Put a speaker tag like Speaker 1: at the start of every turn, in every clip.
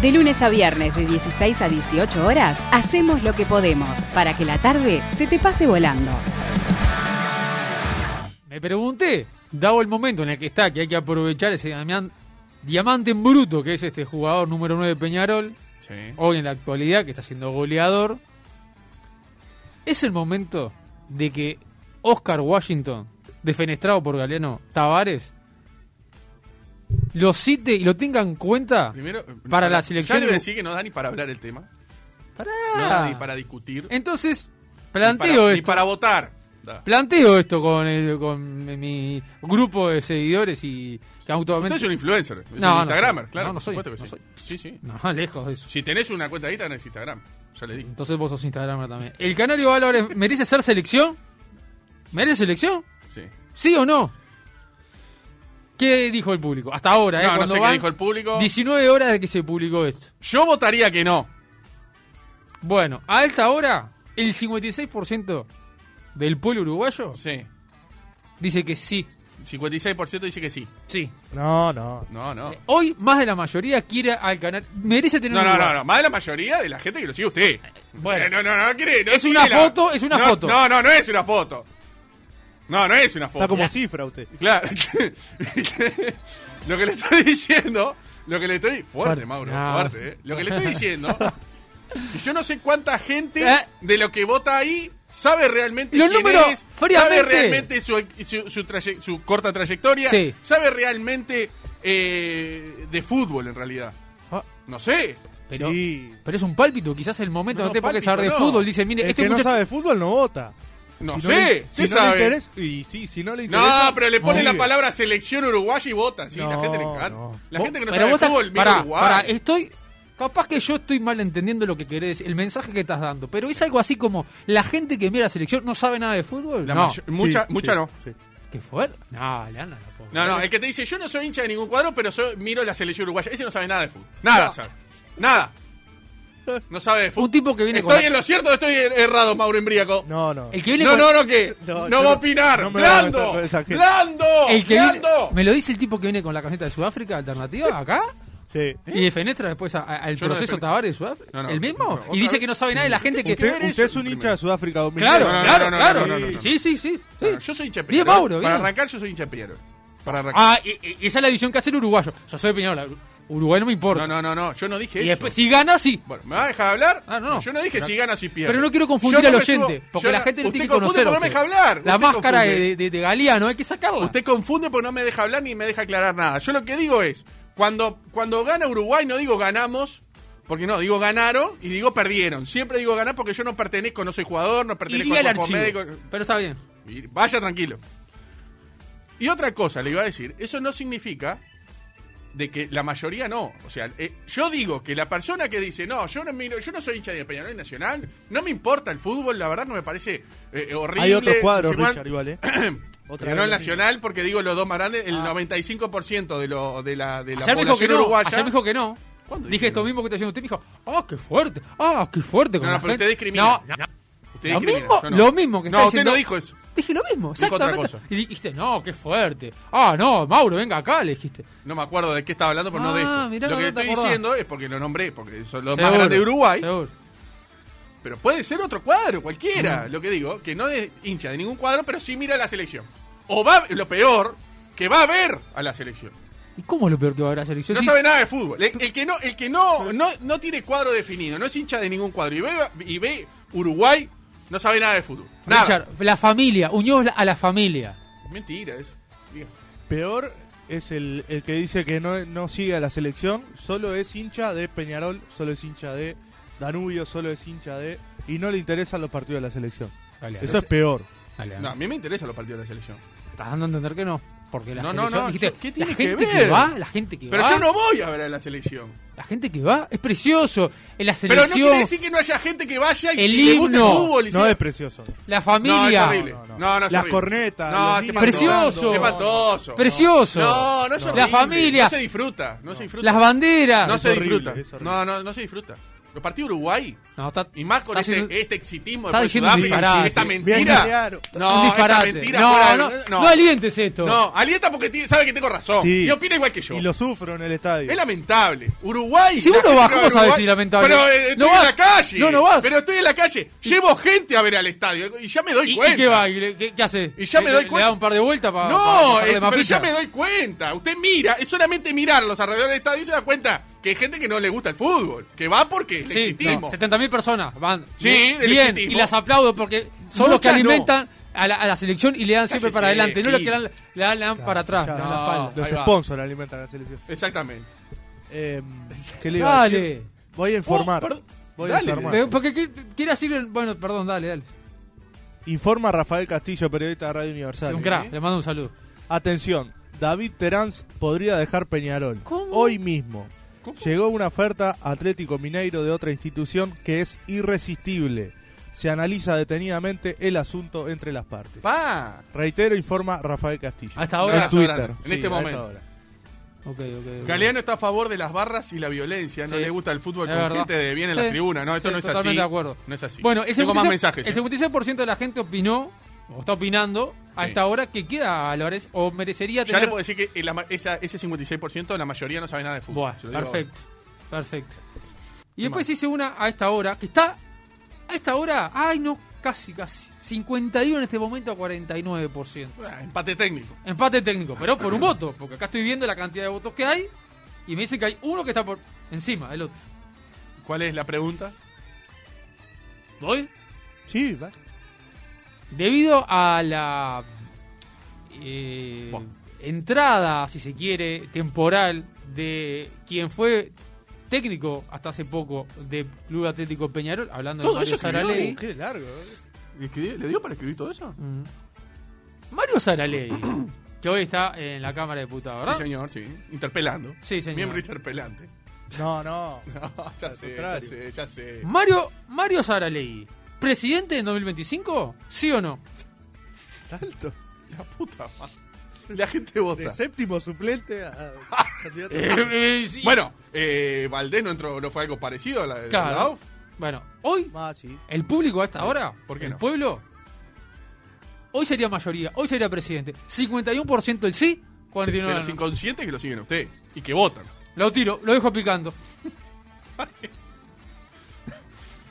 Speaker 1: De lunes a viernes de 16 a 18 horas, hacemos lo que podemos para que la tarde se te pase volando.
Speaker 2: Me pregunté, dado el momento en el que está, que hay que aprovechar ese diamian- diamante en bruto que es este jugador número 9 de Peñarol,
Speaker 3: Sí.
Speaker 2: hoy en la actualidad, que está siendo goleador, ¿es el momento de que Oscar Washington, defenestrado por Galeano Tavares, lo cite y lo tenga en cuenta?
Speaker 3: Primero, eh,
Speaker 2: Para la
Speaker 3: ya
Speaker 2: selección- Ah.
Speaker 3: le decía que no da ni para hablar el tema.
Speaker 2: Pará.
Speaker 3: No da ni para discutir.
Speaker 2: Entonces,
Speaker 3: ni
Speaker 2: planteo
Speaker 3: para, ni
Speaker 2: esto.
Speaker 3: para votar. Da.
Speaker 2: Planteo esto con, el- con mi grupo de seguidores y que
Speaker 3: Usted es
Speaker 2: automáticamente...
Speaker 3: un influencer. Es
Speaker 2: No,
Speaker 3: un
Speaker 2: no
Speaker 3: Instagrammer,
Speaker 2: soy.
Speaker 3: claro.
Speaker 2: No, no
Speaker 3: por
Speaker 2: soy,
Speaker 3: supuesto que
Speaker 2: no
Speaker 3: sí.
Speaker 2: soy.
Speaker 3: Sí, sí.
Speaker 2: No, lejos de eso.
Speaker 3: Si tenés una cuenta de Instagram, es Instagram. Ya le dije.
Speaker 2: Entonces vos sos Instagramer también. ¿El Canario Álvarez merece ser selección? ¿Merece selección?
Speaker 3: Sí.
Speaker 2: ¿Sí o no? ¿Qué dijo el público? Hasta ahora, ¿eh?
Speaker 3: No, no
Speaker 2: Cuando
Speaker 3: sé qué
Speaker 2: van
Speaker 3: dijo el público.
Speaker 2: 19 horas de que se publicó esto.
Speaker 3: Yo votaría que no.
Speaker 2: Bueno, a esta hora, el 56% del pueblo uruguayo
Speaker 3: Sí.
Speaker 2: dice que sí.
Speaker 3: 56% dice que sí.
Speaker 2: Sí.
Speaker 4: No, no.
Speaker 3: No, no.
Speaker 2: Hoy, más de la mayoría quiere al Canario. Merece tener
Speaker 3: No,
Speaker 2: Eh, un
Speaker 3: no,
Speaker 2: lugar.
Speaker 3: no, no. Más de la mayoría de la gente que lo sigue usted.
Speaker 2: Bueno.
Speaker 3: Eh, No, no, no. quiere- no
Speaker 2: Es
Speaker 3: sigue
Speaker 2: una
Speaker 3: la-
Speaker 2: foto, es una
Speaker 3: No,
Speaker 2: foto.
Speaker 3: No, no, no es una foto. No, no es una foto.
Speaker 4: Está como cifra usted.
Speaker 3: Claro. lo que le estoy diciendo, lo que le estoy. Fuerte,
Speaker 2: Fuerte.
Speaker 3: Mauro,
Speaker 2: No.
Speaker 3: fuerte, eh. Lo que le estoy diciendo. que yo no sé cuánta gente
Speaker 2: Eh.
Speaker 3: de lo que vota ahí sabe realmente
Speaker 2: Los
Speaker 3: quién
Speaker 2: números,
Speaker 3: es,
Speaker 2: fríamente.
Speaker 3: sabe realmente su, su, su traye- su corta trayectoria,
Speaker 2: Sí.
Speaker 3: sabe realmente eh, de fútbol en realidad.
Speaker 2: Ah.
Speaker 3: No sé.
Speaker 2: Pero-
Speaker 4: sí.
Speaker 2: Pero es un pálpito, quizás el momento
Speaker 3: No,
Speaker 2: no, te pongas a
Speaker 3: pálpito,
Speaker 2: saber de
Speaker 3: no.
Speaker 2: fútbol. Dice, mire,
Speaker 4: El
Speaker 2: este
Speaker 4: que no
Speaker 2: muchacho-
Speaker 4: sabe de fútbol no vota.
Speaker 3: No
Speaker 4: Si
Speaker 3: sé.
Speaker 4: le-
Speaker 3: ¿Usted
Speaker 4: si no
Speaker 3: sabe?
Speaker 4: le interesa. Y sí, si no le interesa.
Speaker 3: No, pero le pone
Speaker 4: sigue.
Speaker 3: la palabra selección uruguaya y vota. Sí, la
Speaker 4: No,
Speaker 3: gente le encanta.
Speaker 4: no.
Speaker 3: La
Speaker 2: Vos-
Speaker 3: gente que no
Speaker 2: pero
Speaker 3: sabe
Speaker 2: vos
Speaker 3: de
Speaker 2: estás-
Speaker 3: fútbol, mira
Speaker 2: pará,
Speaker 3: Uruguay.
Speaker 2: pará, estoy. Capaz que yo estoy mal entendiendo lo que querés, el mensaje que estás dando, pero es algo así como: la gente que mira la selección no sabe nada de fútbol.
Speaker 3: La
Speaker 2: no,
Speaker 3: mayo- mucha,
Speaker 4: Sí,
Speaker 3: mucha
Speaker 4: sí,
Speaker 3: no.
Speaker 4: sí.
Speaker 2: qué fuerte. No, Leana, no puedo
Speaker 3: No, no,
Speaker 2: creer.
Speaker 3: el que te dice, yo no soy hincha de ningún cuadro, pero soy- miro la selección uruguaya. Ese no sabe nada de fútbol. Nada sabe. Nada. No sabe de fútbol.
Speaker 2: Un tipo que viene
Speaker 3: ¿Estoy
Speaker 2: con.
Speaker 3: en lo cierto o estoy er- errado, Mauro Embriaco? No,
Speaker 4: No, no.
Speaker 2: El que viene
Speaker 3: no,
Speaker 2: con-
Speaker 3: no, que. No,
Speaker 4: No, yo
Speaker 3: va a
Speaker 4: no-
Speaker 3: opinar.
Speaker 4: no me voy a meter
Speaker 3: ¡Blando!
Speaker 4: con esa gente.
Speaker 3: ¡Blando!
Speaker 2: el que viene-
Speaker 3: ¡Blando!
Speaker 2: Me lo dice el tipo que viene con la camiseta de Sudáfrica alternativa acá
Speaker 4: Sí.
Speaker 2: y defenestra después a- a- al
Speaker 3: ¿Eh? Yo no
Speaker 2: proceso
Speaker 3: defen-
Speaker 2: Tavares de Sudáfrica.
Speaker 3: No, no,
Speaker 2: el mismo.
Speaker 3: no, otra
Speaker 2: y dice
Speaker 3: vez.
Speaker 2: que no sabe nada de la gente que.
Speaker 4: Usted,
Speaker 3: ver
Speaker 4: usted
Speaker 3: eso
Speaker 4: es un
Speaker 3: primero.
Speaker 4: hincha de Sudáfrica 2000.
Speaker 2: Claro,
Speaker 3: No, no, no,
Speaker 2: claro,
Speaker 3: no, no,
Speaker 2: claro.
Speaker 3: no, no, no, no.
Speaker 2: Sí, sí, sí. sí.
Speaker 3: Yo soy hincha de
Speaker 2: Bien,
Speaker 3: Peñarol.
Speaker 2: Mauro,
Speaker 3: Para
Speaker 2: bien.
Speaker 3: arrancar, yo soy hincha de Peñarol. Para arrancar.
Speaker 2: Ah, y, y- esa es la división que hace el uruguayo. Yo soy de Peñarol. Uruguay no me importa.
Speaker 3: No, no, no, no, yo no dije
Speaker 2: y
Speaker 3: eso.
Speaker 2: después, si gana, sí.
Speaker 3: Bueno, ¿me va a dejar hablar?
Speaker 2: Ah, no.
Speaker 3: Yo no dije si gana o si pierde.
Speaker 2: Pero no quiero confundir
Speaker 3: Yo
Speaker 2: al
Speaker 3: no me
Speaker 2: oyente,
Speaker 3: subo-
Speaker 2: porque
Speaker 3: yo
Speaker 2: la
Speaker 3: no-
Speaker 2: gente le tiene que
Speaker 3: usted confunde
Speaker 2: conocer. a
Speaker 3: porque no me
Speaker 2: usted.
Speaker 3: deja hablar.
Speaker 2: La
Speaker 3: Usted
Speaker 2: máscara
Speaker 3: confunde.
Speaker 2: de, de, de Galeano, hay que sacarla.
Speaker 3: Usted confunde porque no me deja hablar ni me deja aclarar nada. Yo lo que digo es, cuando, cuando gana Uruguay no digo ganamos, porque no, digo ganaron y digo perdieron. Siempre digo ganar porque yo no pertenezco, no soy jugador, no pertenezco
Speaker 2: Iría al
Speaker 3: cuerpo
Speaker 2: archivo.
Speaker 3: médico.
Speaker 2: Pero está bien.
Speaker 3: Y Vaya tranquilo. Y otra cosa le iba a decir, eso no significa de que la mayoría no. O sea, eh, yo digo que la persona que dice, no, yo no miro, yo no soy hincha de Peñarol y Nacional, no me importa el fútbol, la verdad no me parece eh, horrible.
Speaker 4: Hay otros cuadros,
Speaker 3: Si van-
Speaker 4: Richard, igual, ¿eh? Otra
Speaker 3: Ganó
Speaker 4: vez
Speaker 3: el
Speaker 4: lo mismo.
Speaker 3: Nacional porque digo los dos más grandes, el 95% de, lo, de la, de la
Speaker 2: Ah. Ayer me dijo que
Speaker 3: población
Speaker 2: no.
Speaker 3: uruguaya.
Speaker 2: Ayer me dijo que no.
Speaker 3: ¿Cuándo dije
Speaker 2: Dije esto
Speaker 3: no?
Speaker 2: mismo que está diciendo usted. Me dijo, ah, qué fuerte. Ah, qué fuerte. Con
Speaker 3: No, no,
Speaker 2: la
Speaker 3: pero
Speaker 2: gente.
Speaker 3: usted discrimina.
Speaker 2: No, no.
Speaker 3: Usted
Speaker 2: lo
Speaker 3: discrimina,
Speaker 2: mismo,
Speaker 3: yo no.
Speaker 2: lo mismo que
Speaker 3: No,
Speaker 2: está
Speaker 3: usted
Speaker 2: diciendo.
Speaker 3: no dijo eso.
Speaker 2: Dije lo mismo,
Speaker 3: Dijo otra
Speaker 2: exactamente.
Speaker 3: cosa.
Speaker 2: Y dijiste, no, qué fuerte. Ah, no, Mauro, venga acá, le dijiste.
Speaker 3: No me acuerdo de qué estaba hablando, pero no
Speaker 2: Ah,
Speaker 3: de esto.
Speaker 2: mirá
Speaker 3: lo
Speaker 2: que no
Speaker 3: que
Speaker 2: te
Speaker 3: estoy
Speaker 2: acordás.
Speaker 3: diciendo es porque lo nombré, porque son los
Speaker 2: Seguro,
Speaker 3: más grandes de Uruguay.
Speaker 2: seguro.
Speaker 3: Pero puede ser otro cuadro,
Speaker 2: Mm.
Speaker 3: cualquiera. Lo que digo, que no es hincha de ningún cuadro, pero sí mira a la selección. O va, lo peor, que va a ver a la selección.
Speaker 2: ¿Y cómo es lo peor que va a haber la selección?
Speaker 3: No
Speaker 2: Sí,
Speaker 3: sabe nada de fútbol. El, el que no, el que no, no, no tiene cuadro definido, no es hincha de ningún cuadro y ve, y ve Uruguay, no sabe nada de fútbol. Nada.
Speaker 2: Richard, la familia, unió a la familia.
Speaker 3: Mentira eso. Diga.
Speaker 4: Peor es el, el que dice que no, no sigue a la selección, solo es hincha de Peñarol, solo es hincha de Danubio, solo es hincha de... Y no le interesan los partidos de la selección.
Speaker 2: Dale,
Speaker 4: Eso es peor.
Speaker 2: dale,
Speaker 3: No, a mí me interesan los partidos de la selección.
Speaker 2: Estás dando a entender que no. Porque la
Speaker 3: No, no,
Speaker 2: selección,
Speaker 3: no,
Speaker 2: dijiste,
Speaker 3: yo- ¿qué tiene
Speaker 2: la
Speaker 3: que
Speaker 2: gente
Speaker 3: ver?
Speaker 2: va, la gente que
Speaker 3: Pero
Speaker 2: va,
Speaker 3: yo no voy a ver a la selección.
Speaker 2: la gente que va, es precioso. En la
Speaker 3: Pero
Speaker 2: selección,
Speaker 3: no quiere decir que no haya gente que vaya y,
Speaker 2: El
Speaker 3: y le guste el
Speaker 2: himno.
Speaker 3: fútbol. Y
Speaker 4: No
Speaker 3: sea-
Speaker 4: es precioso.
Speaker 2: la
Speaker 3: no, es
Speaker 2: familia.
Speaker 3: horrible. No,
Speaker 4: No,
Speaker 3: no,
Speaker 4: no.
Speaker 3: es
Speaker 4: Las
Speaker 3: horrible.
Speaker 4: cornetas,
Speaker 3: No,
Speaker 4: los
Speaker 3: es
Speaker 4: niños
Speaker 2: Precioso.
Speaker 3: espantoso. Espantoso.
Speaker 2: Precioso.
Speaker 3: No, no es
Speaker 2: La
Speaker 3: horrible.
Speaker 2: familia.
Speaker 3: No se disfruta. No se disfruta.
Speaker 2: Las banderas.
Speaker 3: No se
Speaker 4: horrible,
Speaker 3: disfruta.
Speaker 4: es horrible.
Speaker 3: No, no, no se disfruta. Los partidos de Uruguay,
Speaker 2: No, está,
Speaker 3: y más con
Speaker 2: está
Speaker 3: este,
Speaker 2: haciendo-
Speaker 3: este exitismo
Speaker 2: está
Speaker 3: después de
Speaker 2: diciendo un
Speaker 3: Sudáfrica,
Speaker 2: disparate.
Speaker 3: esta
Speaker 2: Bien,
Speaker 3: mentira.
Speaker 4: claro.
Speaker 3: No,
Speaker 2: un
Speaker 3: esta
Speaker 2: disparate.
Speaker 3: mentira
Speaker 2: no,
Speaker 3: fuera de-
Speaker 2: no, no alientes esto.
Speaker 3: No, alienta porque ti- sabe que tengo razón.
Speaker 4: Sí.
Speaker 3: Oh, Y opina igual que yo.
Speaker 4: Y lo sufro en el estadio.
Speaker 3: Es lamentable. Uruguay.
Speaker 2: Si
Speaker 3: la
Speaker 2: uno
Speaker 3: gente
Speaker 2: va,
Speaker 3: que
Speaker 2: ¿cómo
Speaker 3: a
Speaker 2: sabes
Speaker 3: Uruguay-
Speaker 2: si lamentable?
Speaker 3: Pero eh,
Speaker 2: No
Speaker 3: estoy en
Speaker 2: vas.
Speaker 3: la calle.
Speaker 2: No, no vas.
Speaker 3: Pero estoy en la calle. Llevo gente a ver al estadio y ya me doy
Speaker 2: ¿Y, y
Speaker 3: cuenta.
Speaker 2: qué va? ¿Y le- ¿Qué, qué hace?
Speaker 3: Y ya me
Speaker 2: ¿Le-
Speaker 3: doy
Speaker 2: le-
Speaker 3: cuenta.
Speaker 2: ¿Le da un par de vueltas para.?
Speaker 3: No, eh, pero ya me doy cuenta. Usted mira, es solamente mirar los alrededores del estadio y se da cuenta que hay gente que no le gusta el fútbol, que va porque el
Speaker 2: Sí,
Speaker 3: exitismo.
Speaker 2: 70.000 personas van.
Speaker 3: Sí, el
Speaker 2: bien.
Speaker 3: exitismo.
Speaker 2: Y las aplaudo porque son los que
Speaker 3: Muchas no.
Speaker 2: alimentan a, la, a la selección y le dan siempre
Speaker 3: Cállese,
Speaker 2: para adelante. No los que
Speaker 3: Gil.
Speaker 2: le dan, le dan- le dan para atrás.
Speaker 4: Ya,
Speaker 2: le
Speaker 4: ya.
Speaker 2: dan la espalda.
Speaker 3: No.
Speaker 4: Los
Speaker 3: Ahí va.
Speaker 4: sponsors alimentan a la selección.
Speaker 3: Exactamente.
Speaker 4: Eh, ¿Qué le iba a
Speaker 2: Dale.
Speaker 4: decir? Voy a informar.
Speaker 3: Oh, perdón.
Speaker 4: Voy
Speaker 3: Dale.
Speaker 4: a informar.
Speaker 2: Pero, Eh, porque qui- quiere decir. en- Bueno, perdón, dale, dale.
Speaker 4: Informa Rafael Castillo, periodista de Radio
Speaker 2: un
Speaker 4: Universal.
Speaker 2: crack, le mando un saludo.
Speaker 4: Atención, David Terán podría dejar Peñarol.
Speaker 2: ¿Cómo?
Speaker 4: Hoy mismo.
Speaker 3: ¿Cómo?
Speaker 4: Llegó una oferta a Atlético Mineiro de otra institución que es irresistible. Se analiza detenidamente el asunto entre las partes.
Speaker 3: Pa.
Speaker 4: Reitero, informa Rafael Castillo.
Speaker 2: Hasta
Speaker 4: En
Speaker 2: ahora.
Speaker 3: abrazo
Speaker 4: Twitter.
Speaker 3: grande, en
Speaker 4: Sí,
Speaker 3: este
Speaker 4: a esta
Speaker 3: momento.
Speaker 4: hora.
Speaker 2: Ok, ok. ok.
Speaker 3: Galeano está a favor de las barras y la violencia. No
Speaker 2: Sí.
Speaker 3: le gusta el fútbol
Speaker 2: Es
Speaker 3: con
Speaker 2: verdad.
Speaker 3: gente de bien en
Speaker 2: Sí.
Speaker 3: las tribunas. No, esto
Speaker 2: Sí,
Speaker 3: no es
Speaker 2: totalmente
Speaker 3: así.
Speaker 2: de acuerdo.
Speaker 3: No es así.
Speaker 2: Bueno, el
Speaker 3: Tengo
Speaker 2: 56%,
Speaker 3: más mensajes. eh.
Speaker 2: el
Speaker 3: ya.
Speaker 2: 56% de la gente opinó, o está opinando, a
Speaker 3: Sí.
Speaker 2: esta hora que queda a Álvarez, o merecería
Speaker 3: Ya
Speaker 2: tener...
Speaker 3: le puedo decir que el ama- esa- ese 56% la mayoría no sabe nada de fútbol.
Speaker 2: Buah,
Speaker 3: Se lo digo
Speaker 2: perfecto, perfecto. Y
Speaker 3: Qué
Speaker 2: después
Speaker 3: mal.
Speaker 2: hice una a esta hora, que está a esta hora, ay no, casi, casi. 51 en este momento a 49%.
Speaker 3: ahora. Ah, empate técnico.
Speaker 2: Empate técnico, pero por un voto, porque acá estoy viendo la cantidad de votos que hay y me dicen que hay uno que está por encima del otro.
Speaker 3: ¿Cuál es la pregunta?
Speaker 2: ¿Voy?
Speaker 4: Sí, va.
Speaker 2: Debido a la eh,
Speaker 3: Buah.
Speaker 2: entrada, si se quiere, temporal de quien fue técnico hasta hace poco de Club Atlético Peñarol, hablando de
Speaker 3: Todo
Speaker 2: Mario
Speaker 3: eso escribió,
Speaker 2: Saralegui.
Speaker 4: Qué largo. eh.
Speaker 3: ¿Le dio para escribir todo eso?
Speaker 2: Mm. Mario Saralegui, que hoy está en la Cámara de Diputados,
Speaker 3: Sí,
Speaker 2: ¿verdad?
Speaker 3: señor, sí. Interpelando.
Speaker 2: Sí, señor.
Speaker 3: Miembro interpelante.
Speaker 4: No, no.
Speaker 3: No, ya sé, ya
Speaker 4: contrario.
Speaker 3: sé, ya sé.
Speaker 2: Mario, Mario Saralegui, ¿presidente en 2025? ¿Sí o no?
Speaker 4: Tanto.
Speaker 3: La puta madre. La gente vota.
Speaker 4: De séptimo suplente a-
Speaker 2: Eh, eh, sí.
Speaker 3: Bueno, eh, Valdés no entró, no fue algo parecido a la de
Speaker 2: Claro.
Speaker 3: Lauf.
Speaker 2: bueno, hoy
Speaker 4: Ah, sí.
Speaker 2: El público a esta hora,
Speaker 3: ¿Por qué
Speaker 2: el
Speaker 3: no?
Speaker 2: pueblo, hoy sería mayoría, hoy sería presidente. 51% el sí, 49%
Speaker 3: De
Speaker 2: el
Speaker 3: los
Speaker 2: no.
Speaker 3: inconscientes que lo siguen a usted y que votan.
Speaker 2: Lo tiro, lo dejo picando.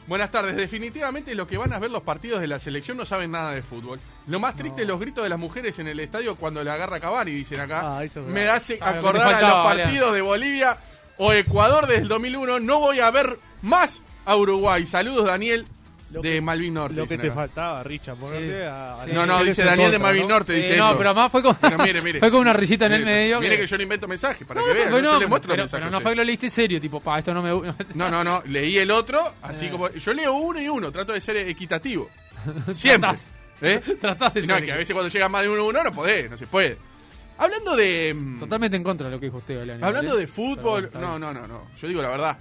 Speaker 3: Buenas tardes. Definitivamente los que van a ver los partidos de la selección no saben nada de fútbol. Lo más triste es los gritos de las mujeres en el estadio cuando la agarra Cavani, dicen acá.
Speaker 4: Ah, eso es
Speaker 3: Me
Speaker 4: verdad.
Speaker 3: hace
Speaker 2: Ah, lo que te
Speaker 3: acordar a
Speaker 2: faltaba,
Speaker 3: los partidos de Bolivia o Ecuador desde el 2001. No voy a ver más a Uruguay. Saludos, Daniel.
Speaker 4: Lo
Speaker 3: de
Speaker 4: que-
Speaker 3: Malvin Norte.
Speaker 4: Lo que
Speaker 3: dicen
Speaker 4: te
Speaker 3: acá.
Speaker 4: faltaba, Richard. ponerte
Speaker 2: Sí.
Speaker 4: a- a-
Speaker 2: Sí.
Speaker 3: No, no,
Speaker 4: eres
Speaker 3: dice
Speaker 4: en
Speaker 3: Daniel de
Speaker 4: contra,
Speaker 3: Malvin
Speaker 4: ¿no?
Speaker 3: Norte. dice
Speaker 2: Sí, no,
Speaker 3: esto.
Speaker 2: pero más fue con,
Speaker 3: Pero mire, mire.
Speaker 2: fue con una risita en el medio.
Speaker 3: Mire que yo no invento mensajes para
Speaker 2: no,
Speaker 3: que
Speaker 2: esto
Speaker 3: vean.
Speaker 2: fue
Speaker 3: yo
Speaker 2: no,
Speaker 3: le muestro Mm.
Speaker 2: pero,
Speaker 3: mensajes
Speaker 2: pero
Speaker 3: a
Speaker 2: no fue que
Speaker 3: ustedes.
Speaker 2: lo leíste serio, tipo, pa, esto no me gusta.
Speaker 3: no, no, no, leí el otro,
Speaker 2: Eh.
Speaker 3: así como yo leo uno y uno, trato de ser equitativo. Siempre.
Speaker 2: Tratás.
Speaker 3: ¿Eh?
Speaker 2: Tratás de
Speaker 3: No,
Speaker 2: ser
Speaker 3: que a veces cuando llega más de uno a uno no podés, no se puede. Hablando de mm,
Speaker 2: Totalmente en contra de lo que dijo usted, Galeano.
Speaker 3: hablando
Speaker 2: ¿eh?
Speaker 3: de fútbol,
Speaker 2: Perdón,
Speaker 3: no, no, no, no. Yo digo la verdad.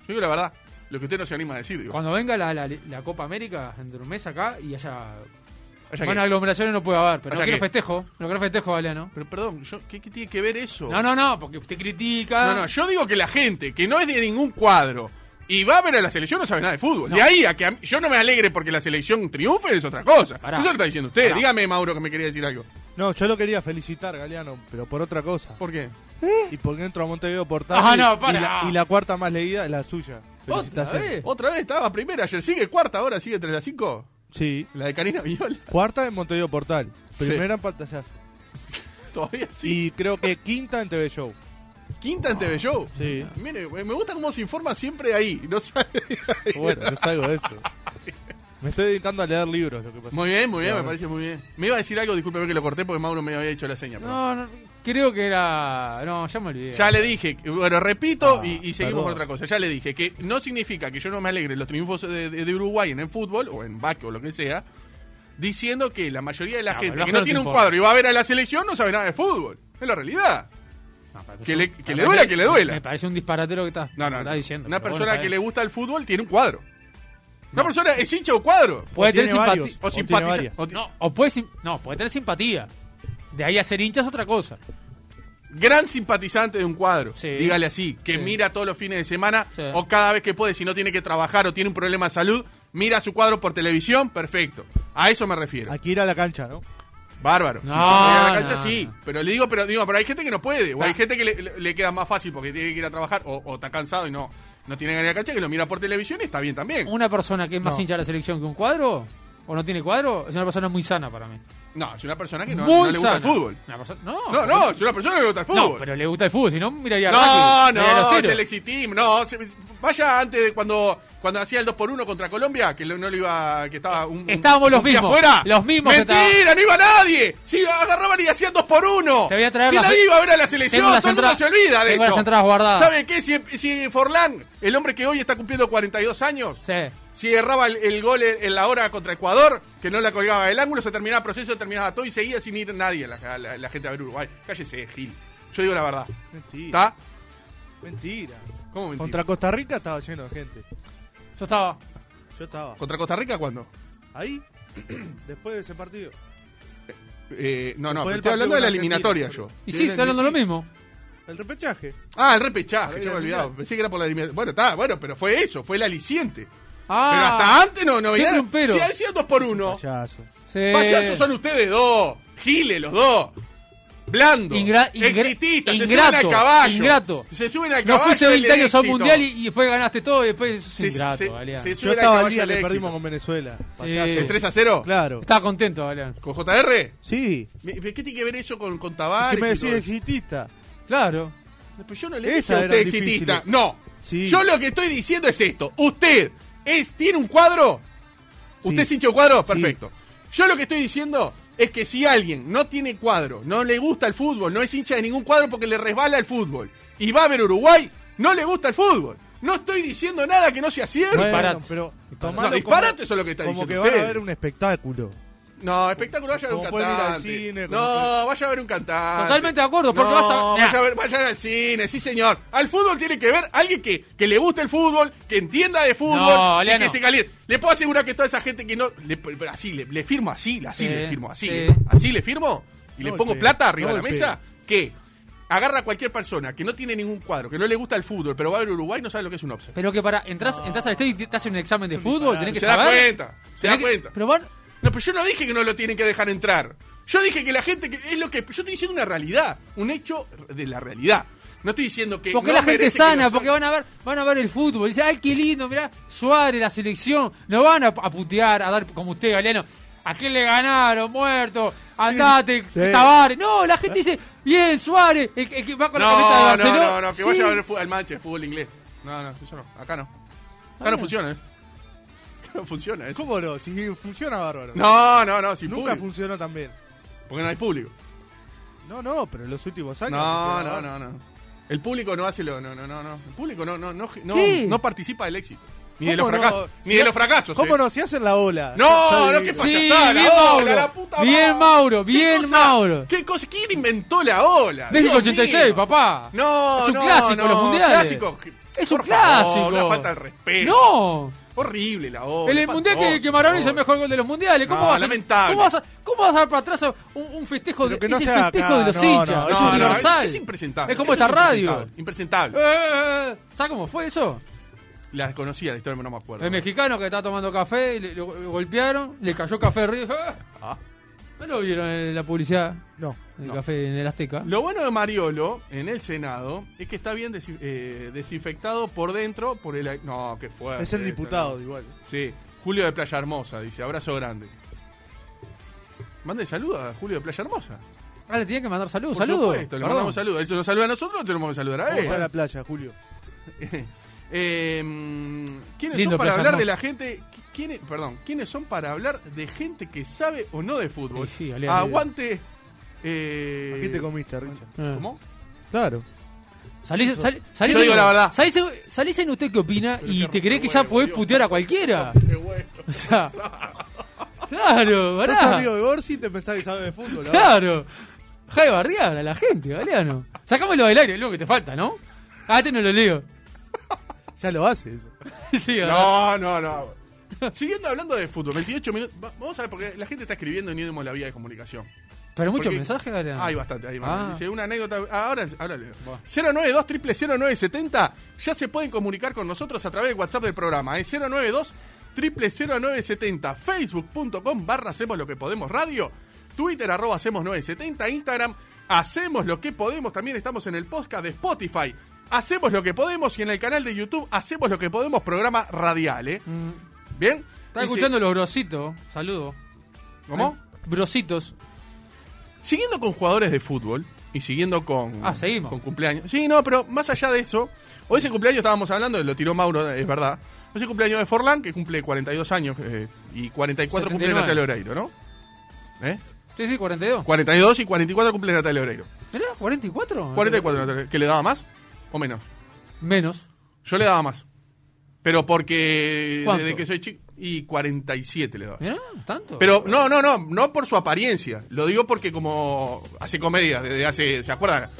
Speaker 3: Yo digo la verdad. Lo que usted no se anima a decir, digo.
Speaker 2: Cuando venga la, la- la Copa América, dentro de un mes acá y haya...
Speaker 3: Allá
Speaker 2: bueno,
Speaker 3: que-
Speaker 2: aglomeraciones no puede haber, pero
Speaker 3: Allá
Speaker 2: no quiero
Speaker 3: que-
Speaker 2: festejo, no quiero festejo, Galeano.
Speaker 3: Pero perdón, yo, ¿qué, qué tiene que ver eso?
Speaker 2: No, no, no, porque usted critica...
Speaker 3: No, no, yo digo que la gente que no es de ningún cuadro y va a ver a la selección no sabe nada de fútbol. De ahí a que a mí- yo no me alegre porque la selección triunfe es otra cosa.
Speaker 2: Pará.
Speaker 3: Eso lo está diciendo usted.
Speaker 2: Pará.
Speaker 3: Dígame, Mauro, que me quería decir algo.
Speaker 4: No, yo lo quería felicitar, Galeano, pero por otra cosa.
Speaker 3: ¿Por qué?
Speaker 4: Y porque entro a Montevideo Portal.
Speaker 2: Ah,
Speaker 4: y-
Speaker 2: no, para.
Speaker 4: Y, la, y la cuarta más leída es la suya. Felicitaciones.
Speaker 2: vez?
Speaker 3: Otra vez estaba primera ayer. ¿Sigue cuarta ahora? ¿Sigue entre las cinco?
Speaker 4: Sí.
Speaker 3: La de Karina Viola.
Speaker 4: Cuarta en Montevideo Portal.
Speaker 3: Sí.
Speaker 4: Primera en pantallazo.
Speaker 3: Todavía sí.
Speaker 4: Y creo que quinta en TV Show.
Speaker 3: Quinta en TV Show.
Speaker 4: Sí.
Speaker 3: Mire, me gusta cómo se informa siempre ahí. No sabe.
Speaker 4: Bueno, no salgo de eso. Me estoy dedicando a leer libros, lo que pasa.
Speaker 3: Muy bien, muy bien, me parece muy bien. Me iba a decir algo, discúlpeme que lo corté porque Mauro me había hecho la seña. pero-
Speaker 2: No, no, creo que era. No, ya me olvidé.
Speaker 3: Ya le dije, que- bueno, repito
Speaker 4: Ah,
Speaker 3: y, y seguimos
Speaker 4: perdón.
Speaker 3: con otra cosa. Ya le dije que no significa que yo no me alegre los triunfos de, de- de Uruguay en el fútbol o en básquet o lo que sea, diciendo que la mayoría de la
Speaker 2: No,
Speaker 3: gente
Speaker 2: pero
Speaker 3: que
Speaker 2: el
Speaker 3: no
Speaker 2: básquet
Speaker 3: tiene
Speaker 2: no te
Speaker 3: un
Speaker 2: importa.
Speaker 3: cuadro y va a ver a la selección no sabe nada de fútbol. Es la realidad.
Speaker 2: No, para
Speaker 3: que
Speaker 2: yo-
Speaker 3: le- que
Speaker 2: para
Speaker 3: le
Speaker 2: mí-
Speaker 3: duela, que le duela.
Speaker 2: Me parece un disparate lo que estás
Speaker 3: No, no,
Speaker 2: estás diciendo.
Speaker 3: una
Speaker 2: pero
Speaker 3: persona
Speaker 2: bueno,
Speaker 3: que
Speaker 2: está
Speaker 3: le
Speaker 2: bien.
Speaker 3: gusta el fútbol tiene un cuadro. Una persona es hincha o cuadro.
Speaker 2: Puede
Speaker 4: O tiene
Speaker 2: tener simpatía.
Speaker 4: varios.
Speaker 3: O,
Speaker 4: O tiene
Speaker 3: simpatiza.
Speaker 4: varias.
Speaker 3: o ti-
Speaker 2: No, o puede, sim- no, puede tener simpatía. De ahí a ser hincha es otra cosa.
Speaker 3: gran simpatizante de un cuadro,
Speaker 2: Sí.
Speaker 3: dígale así, que
Speaker 2: Sí.
Speaker 3: mira todos los fines de semana
Speaker 2: Sí.
Speaker 3: o cada vez que puede, si no tiene que trabajar o tiene un problema de salud, mira su cuadro por televisión, perfecto. A eso me refiero.
Speaker 4: Aquí ir a la cancha, ¿no?
Speaker 3: Bárbaro.
Speaker 2: No,
Speaker 3: si yo voy a la cancha,
Speaker 2: no,
Speaker 3: sí.
Speaker 2: no. Ah.
Speaker 3: Pero le digo, pero digo, pero hay gente que no puede. O hay
Speaker 2: Ta-
Speaker 3: gente que le, le- le queda más fácil porque tiene que ir a trabajar o, o está cansado y no, no tiene ganas de ir a la cancha, que lo mira por televisión y está bien también.
Speaker 2: Una persona que es más
Speaker 4: No.
Speaker 2: hincha de la selección que un cuadro, o no tiene cuadro, es una persona muy sana para mí.
Speaker 3: No, es una persona que no,
Speaker 2: muy
Speaker 3: no le gusta
Speaker 2: sana.
Speaker 3: el fútbol.
Speaker 2: Una persona- no,
Speaker 3: No, no, es una persona que le gusta el fútbol.
Speaker 2: No, pero le gusta el fútbol, si no, miraría a
Speaker 3: No,
Speaker 2: Racing, miraría a
Speaker 3: no,
Speaker 2: Lostero.
Speaker 3: es el exitim, no. se- vaya antes de cuando, cuando hacía el 2x1 contra Colombia, que lo- no lo iba, que estaba un, un-
Speaker 2: Estábamos
Speaker 3: un
Speaker 2: los
Speaker 3: pie
Speaker 2: mismos,
Speaker 3: afuera.
Speaker 2: los mismos que
Speaker 3: Mentira, no iba nadie. Si agarraban y hacían 2x1.
Speaker 2: Te voy a traer
Speaker 3: si
Speaker 2: las-
Speaker 3: nadie iba a ver a la selección,
Speaker 2: Tengo
Speaker 3: todo
Speaker 2: las
Speaker 3: el mundo
Speaker 2: entradas-
Speaker 3: se olvida de
Speaker 2: tengo
Speaker 3: eso.
Speaker 2: las entradas guardadas.
Speaker 3: ¿Saben qué? Si, si Forlán, el hombre que hoy está cumpliendo 42 años,
Speaker 2: Sí.
Speaker 3: si erraba el, el gol en, en la hora contra Ecuador, que no la colgaba del ángulo, se terminaba el proceso, terminaba todo y seguía sin ir nadie la, la- la gente a ver Uruguay. Cállese, Gil. Yo digo la verdad.
Speaker 4: Mentira.
Speaker 3: ¿Está?
Speaker 4: Mentira.
Speaker 3: ¿Cómo mentira?
Speaker 4: Contra Costa Rica estaba lleno de gente.
Speaker 2: Yo estaba.
Speaker 4: Yo estaba.
Speaker 3: ¿Contra Costa Rica cuándo?
Speaker 4: Ahí, después de ese partido.
Speaker 3: Eh, no, no, pero
Speaker 4: Después del
Speaker 3: estoy hablando
Speaker 4: partido
Speaker 3: de la
Speaker 4: con Argentina,
Speaker 3: eliminatoria yo.
Speaker 4: pero-
Speaker 2: Y sí, estoy hablando lo mismo.
Speaker 4: El repechaje.
Speaker 3: Ah, el repechaje, yo
Speaker 4: Pero
Speaker 3: me he
Speaker 4: la
Speaker 3: olvidado.
Speaker 4: final.
Speaker 3: Pensé que era por la eliminatoria. Bueno, está, bueno, pero fue eso, fue el aliciente. Pero hasta
Speaker 2: Ah,
Speaker 3: antes no, no
Speaker 2: siempre
Speaker 3: veía-
Speaker 2: un pero.
Speaker 3: Si han sido dos por uno.
Speaker 4: Payaso.
Speaker 2: sí.
Speaker 3: Payasos son ustedes dos. Giles los dos. Blando.
Speaker 2: Ingra- ingra-
Speaker 3: exitistas. se suben
Speaker 2: ingrato,
Speaker 3: al caballo.
Speaker 2: ingrato.
Speaker 3: Se suben al
Speaker 2: No
Speaker 3: caballo.
Speaker 2: fuiste
Speaker 3: del
Speaker 2: 20 años a un
Speaker 3: éxito.
Speaker 2: mundial y, y después ganaste todo y después es
Speaker 3: Se-
Speaker 2: ingrato,
Speaker 3: se-
Speaker 2: Galeano.
Speaker 3: se
Speaker 4: Yo
Speaker 3: suben al
Speaker 4: estaba
Speaker 3: caballo
Speaker 4: el día
Speaker 3: del
Speaker 4: que
Speaker 3: éxito.
Speaker 4: perdimos con Venezuela.
Speaker 2: Sí.
Speaker 3: ¿El 3 a 0?
Speaker 4: Claro.
Speaker 2: Estaba contento, Galeano.
Speaker 3: ¿Con JR?
Speaker 4: Sí.
Speaker 3: Me- ¿Qué tiene que ver eso con, con
Speaker 4: ¿Qué
Speaker 3: Tavares?
Speaker 4: me
Speaker 3: y
Speaker 4: decís
Speaker 3: todo?
Speaker 4: exitista?
Speaker 2: Claro.
Speaker 3: Pues yo no le dije
Speaker 4: Esas
Speaker 3: a usted
Speaker 4: eran
Speaker 3: exitista.
Speaker 4: difíciles.
Speaker 3: No.
Speaker 4: Sí.
Speaker 3: Yo lo que estoy diciendo es esto. Usted es, tiene un cuadro. ¿Usted
Speaker 4: Sí.
Speaker 3: es hincha de un cuadro? Perfecto. Yo lo que estoy diciendo es que si alguien no tiene cuadro, no le gusta el fútbol, no es hincha de ningún cuadro porque le resbala el fútbol y va a ver Uruguay, no le gusta el fútbol. No estoy diciendo nada que no sea cierto.
Speaker 4: Bueno,
Speaker 2: disparate.
Speaker 4: pero
Speaker 3: No,
Speaker 4: tomalo
Speaker 3: disparate
Speaker 4: como-
Speaker 3: eso es lo que está
Speaker 4: Como
Speaker 3: diciendo
Speaker 4: que van
Speaker 3: usted.
Speaker 4: a ver un espectáculo.
Speaker 3: No, espectáculo, vaya a ver un
Speaker 4: Como pueden ir al
Speaker 3: cantante.
Speaker 4: cine, como
Speaker 3: no,
Speaker 4: pueden-
Speaker 3: vaya a ver un cantante.
Speaker 2: Totalmente de acuerdo, porque
Speaker 3: no,
Speaker 2: vas a-
Speaker 3: Vaya,
Speaker 2: Nah.
Speaker 3: a ver, vaya al cine, sí señor. Al fútbol tiene que ver alguien que, que le guste el fútbol, que entienda de fútbol
Speaker 2: No,
Speaker 3: y
Speaker 2: Leano.
Speaker 3: que se caliente. Le puedo asegurar que toda esa gente que no... le- pero así, le, le firmo así, así
Speaker 2: Sí,
Speaker 3: le firmo, así.
Speaker 2: sí.
Speaker 3: le- Así le firmo y
Speaker 4: No
Speaker 3: le pongo
Speaker 4: golpea,
Speaker 3: plata arriba
Speaker 4: no
Speaker 3: de la
Speaker 4: golpea.
Speaker 3: mesa que agarra a cualquier persona que no tiene ningún cuadro, que no le gusta el fútbol, pero va a ver Uruguay no sabe lo que es un offset.
Speaker 2: Pero que para. Entras, entras al estadio y te haces un examen de fútbol, tenés que
Speaker 3: Se da
Speaker 2: saber.
Speaker 3: cuenta, se
Speaker 2: tenés
Speaker 3: da
Speaker 2: que-
Speaker 3: cuenta.
Speaker 2: Pero van.
Speaker 3: No, pero yo no dije que no lo tienen que dejar entrar. Yo dije que la gente que es lo que yo estoy diciendo una realidad, un hecho de la realidad. No estoy diciendo que
Speaker 2: Porque
Speaker 3: no
Speaker 2: la gente
Speaker 3: merece que
Speaker 2: sana,
Speaker 3: nos-
Speaker 2: porque van a ver van a ver el fútbol. Y Dicen, ay, qué lindo, mirá, Suárez, la selección. No van a, a putear, a dar como usted, Galeano. ¿A quién le ganaron, muerto? Andate,
Speaker 4: Sí.
Speaker 2: Tavares. No, la gente dice, bien, Suárez, el, el que va con la camisa de
Speaker 3: No, no,
Speaker 2: Barcelona.
Speaker 3: no, no, que
Speaker 2: Sí.
Speaker 3: vaya a ver el fútbol, al Manchester, fútbol inglés. No, no, eso no, acá no. Acá
Speaker 2: Ah,
Speaker 3: no funciona, eh. Acá no funciona eso.
Speaker 4: ¿Cómo no? Si funciona bárbaro.
Speaker 3: No, no, no, sin
Speaker 4: Nunca
Speaker 3: público.
Speaker 4: funcionó tan bien.
Speaker 3: Porque no hay público.
Speaker 4: No, no, pero en los últimos años.
Speaker 3: No,
Speaker 4: funcionaba
Speaker 3: no, no, no. El público no hace lo no, no, no, no. El público no no no no,
Speaker 2: ¿Qué?
Speaker 3: no participa del éxito. Ni
Speaker 4: ¿Cómo
Speaker 3: de los
Speaker 4: no?
Speaker 3: fracasos,
Speaker 4: Si
Speaker 3: ni de
Speaker 4: ha-
Speaker 3: los fracasos.
Speaker 4: ¿Cómo
Speaker 3: eh.
Speaker 4: no? Si hacen la ola.
Speaker 3: No,
Speaker 4: Ya
Speaker 3: no,
Speaker 4: está
Speaker 3: qué
Speaker 4: bien.
Speaker 2: pasa?
Speaker 3: payasada,
Speaker 2: bien,
Speaker 3: la ola,
Speaker 2: Mauro.
Speaker 3: la puta
Speaker 2: Bien,
Speaker 3: madre.
Speaker 2: Mauro,
Speaker 3: ¿Qué
Speaker 2: bien,
Speaker 3: cosa-
Speaker 2: Mauro.
Speaker 3: ¿Qué cosa? ¿Quién inventó la ola?
Speaker 2: México
Speaker 3: Dios
Speaker 2: 86,
Speaker 3: mío.
Speaker 2: papá.
Speaker 3: No,
Speaker 2: Es un
Speaker 3: no,
Speaker 2: clásico,
Speaker 3: no,
Speaker 2: los mundiales.
Speaker 3: Clásico.
Speaker 2: Es un
Speaker 3: Por favor,
Speaker 2: clásico.
Speaker 3: una falta de respeto.
Speaker 2: No.
Speaker 3: Horrible la ola.
Speaker 2: En el mundial que, que Maradona hizo el mejor gol de los mundiales. ¿Cómo
Speaker 3: No,
Speaker 2: vas a,
Speaker 3: lamentable.
Speaker 2: ¿cómo vas a, cómo vas a dar para atrás a un, un festejo de,
Speaker 4: Pero que no
Speaker 2: es el
Speaker 4: sea
Speaker 2: festejo
Speaker 4: acá,
Speaker 2: de los
Speaker 4: no,
Speaker 2: hinchas?
Speaker 4: no,
Speaker 2: es
Speaker 4: no, no,
Speaker 2: universal.
Speaker 3: es, impresentable.
Speaker 2: Es como
Speaker 3: Eso
Speaker 2: esta radio.
Speaker 3: impresentable, Impresentable.
Speaker 2: Eh, ¿Sabes cómo fue eso?
Speaker 3: La conocía la historia, pero no me acuerdo.
Speaker 2: El mexicano que estaba tomando café, y le, lo- lo golpearon, le cayó café arriba. ¡Ah!
Speaker 3: Ah.
Speaker 2: ¿No lo vieron en la publicidad
Speaker 4: No.
Speaker 2: del
Speaker 3: No.
Speaker 2: café en el Azteca?
Speaker 3: Lo bueno de Mariolo en el Senado es que está bien desi- eh, desinfectado por dentro por el... No, qué fuerte.
Speaker 4: Es el
Speaker 3: esto,
Speaker 4: diputado,
Speaker 3: ¿no?
Speaker 4: igual.
Speaker 3: Ah, Sí, Julio de Playa Hermosa, dice, abrazo grande. Mande saludos a Julio de Playa Hermosa.
Speaker 2: Ah, le tenía que mandar saludos.
Speaker 3: Por
Speaker 2: Saludos.
Speaker 3: supuesto, le
Speaker 2: Perdón.
Speaker 3: mandamos saludos. Él se nos saluda a nosotros, tenemos que saludar a
Speaker 4: ¿Cómo está la
Speaker 3: él.
Speaker 4: playa, Julio?
Speaker 3: Eh, mm, ¿Quiénes
Speaker 2: Lindo
Speaker 3: son
Speaker 2: Playa
Speaker 3: para hablar de
Speaker 2: Hermosa.
Speaker 3: la gente? qui- ¿Quiénes, perdón, ¿quiénes son para hablar de gente que sabe o no de fútbol?
Speaker 2: Y sí, olé, olé.
Speaker 3: Aguante. Eh,
Speaker 4: ¿A quién te comiste, Richard?
Speaker 2: Eh.
Speaker 3: ¿Cómo?
Speaker 4: Claro.
Speaker 2: Salís, sal- salís
Speaker 3: Yo digo la verdad.
Speaker 2: Salís, salís en usted qué opina y
Speaker 3: qué
Speaker 2: te crees que
Speaker 3: rompe
Speaker 2: ya
Speaker 3: huevo,
Speaker 2: podés
Speaker 3: Dios.
Speaker 2: putear a cualquiera.
Speaker 3: Qué bueno.
Speaker 2: O sea, claro,
Speaker 4: ¿Sos
Speaker 2: pará.
Speaker 4: amigo de Gorsi te pensás que sabe de fútbol? ¿no?
Speaker 2: Claro. Jai bardear a la gente, Galeano. Sacámelo del aire, es lo que te falta, ¿no? Ah, este no lo leo.
Speaker 4: Ya lo hace eso.
Speaker 2: sí, ¿verdad?
Speaker 3: No, no, no. Siguiendo hablando de fútbol, 28 minutos. Va- Vamos a ver, porque la gente está escribiendo y no vemos la vía de comunicación.
Speaker 2: Pero muchos
Speaker 3: Porque-
Speaker 2: mensajes, Adrián.
Speaker 3: Hay bastante, hay bastante.
Speaker 2: Ah.
Speaker 3: Dice, una anécdota. ah, Ahora, ahora leo. 092 0970 Ya se pueden comunicar con nosotros a través del WhatsApp del programa. ¿eh? Es 092 0970 Facebook.com barra Hacemos lo que podemos radio. Twitter arroba Hacemos 970. Instagram Hacemos lo que podemos. También estamos en el podcast de Spotify. Hacemos lo que podemos y en el canal de YouTube Hacemos lo que podemos programa radial, ¿eh? ¿Bien?
Speaker 2: Está
Speaker 3: Dice-
Speaker 2: Mm. escuchando los grositos. Saludo.
Speaker 3: ¿Cómo?
Speaker 2: Eh, Brositos.
Speaker 3: Siguiendo con jugadores de fútbol y siguiendo con,
Speaker 2: Ah, seguimos.
Speaker 3: con cumpleaños. Sí, no, pero más allá de eso, hoy ese cumpleaños estábamos hablando, lo tiró Mauro, es verdad. Hoy es el cumpleaños de Forlán, que cumple 42 años eh, y 44 cumple
Speaker 2: 79.
Speaker 3: Natalia Oreiro, ¿no? ¿Eh?
Speaker 2: Sí, sí, 42.
Speaker 3: 42 y 44 cumple Natalia Oreiro.
Speaker 2: ¿Era 44?
Speaker 3: 44 Natalia Oreiro. ¿Que le daba más o menos?
Speaker 2: Menos.
Speaker 3: Yo le daba más. Pero porque
Speaker 2: ¿Cuánto?
Speaker 3: desde que soy chico. Y 47 le daba.
Speaker 2: Mirá, tanto.
Speaker 3: Pero no, no, no, no por su apariencia. Lo digo porque como hace comedia desde hace, ¿se acuerdan?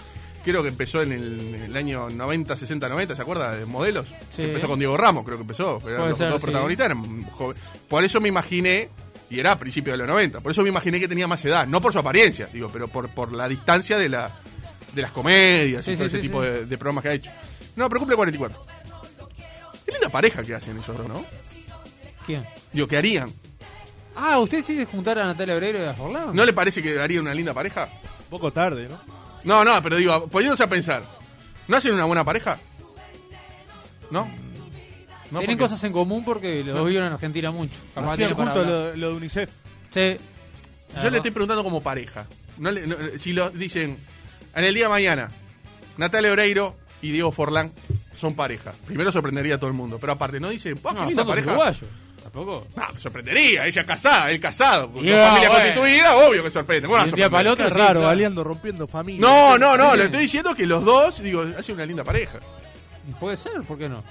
Speaker 3: Creo que empezó en el, en el año 90, 60, 90, ¿se acuerda? De modelos.
Speaker 2: Sí.
Speaker 3: Empezó con Diego Ramos, creo que empezó. Eran
Speaker 2: Puede
Speaker 3: los
Speaker 2: ser,
Speaker 3: dos
Speaker 2: sí.
Speaker 3: protagonistas eran joven- Por eso me imaginé, y era a principios de los 90, por eso me imaginé que tenía más edad. No por su apariencia, digo, pero por, por la distancia de, la, de las comedias
Speaker 2: Sí,
Speaker 3: y todo
Speaker 2: sí,
Speaker 3: ese
Speaker 2: sí,
Speaker 3: tipo
Speaker 2: sí.
Speaker 3: De, de programas que ha hecho. No, pero cumple 44. Qué linda pareja que hacen ellos, dos, ¿no?
Speaker 2: ¿Quién?
Speaker 3: Digo, ¿qué harían?
Speaker 2: Ah, ¿usted sí se juntara a Natalia Obrero y a Forlán?
Speaker 3: ¿No le parece que haría una linda pareja?
Speaker 4: Un poco tarde, ¿no?
Speaker 3: No, no, pero digo, poniéndose a pensar, ¿no hacen una buena pareja? ¿No? no
Speaker 2: Tienen
Speaker 3: porque-
Speaker 2: cosas en común porque los vivieron en Argentina mucho. Capaz
Speaker 4: Hacían
Speaker 2: tienen para
Speaker 4: juntos
Speaker 2: hablar.
Speaker 4: lo, lo de UNICEF.
Speaker 2: Sí.
Speaker 3: Yo
Speaker 2: Ah,
Speaker 3: le estoy preguntando como pareja. No le- no- si lo dicen, en el día de mañana, Natalia Oreiro y Diego Forlán son pareja. Primero sorprendería a todo el mundo, pero aparte no dice, "Pah, "Oh, qué
Speaker 2: No,
Speaker 3: linda
Speaker 2: son dos
Speaker 3: pareja".
Speaker 2: uruguayos. ¿Tampoco?
Speaker 3: Ah, me sorprendería, ella casada, él casado, con
Speaker 2: Yeah,
Speaker 3: familia
Speaker 2: bueno.
Speaker 3: constituida, obvio que sorprende. ¿Cómo no va a
Speaker 2: De un día
Speaker 3: sorprender?
Speaker 2: para el otro,
Speaker 4: Qué
Speaker 2: sí,
Speaker 4: raro,
Speaker 2: claro.
Speaker 4: aliando, rompiendo familia.
Speaker 3: No, no, no,
Speaker 2: Sí.
Speaker 3: le estoy diciendo que los dos, digo, hacen una linda pareja.
Speaker 2: Puede ser, ¿por qué no?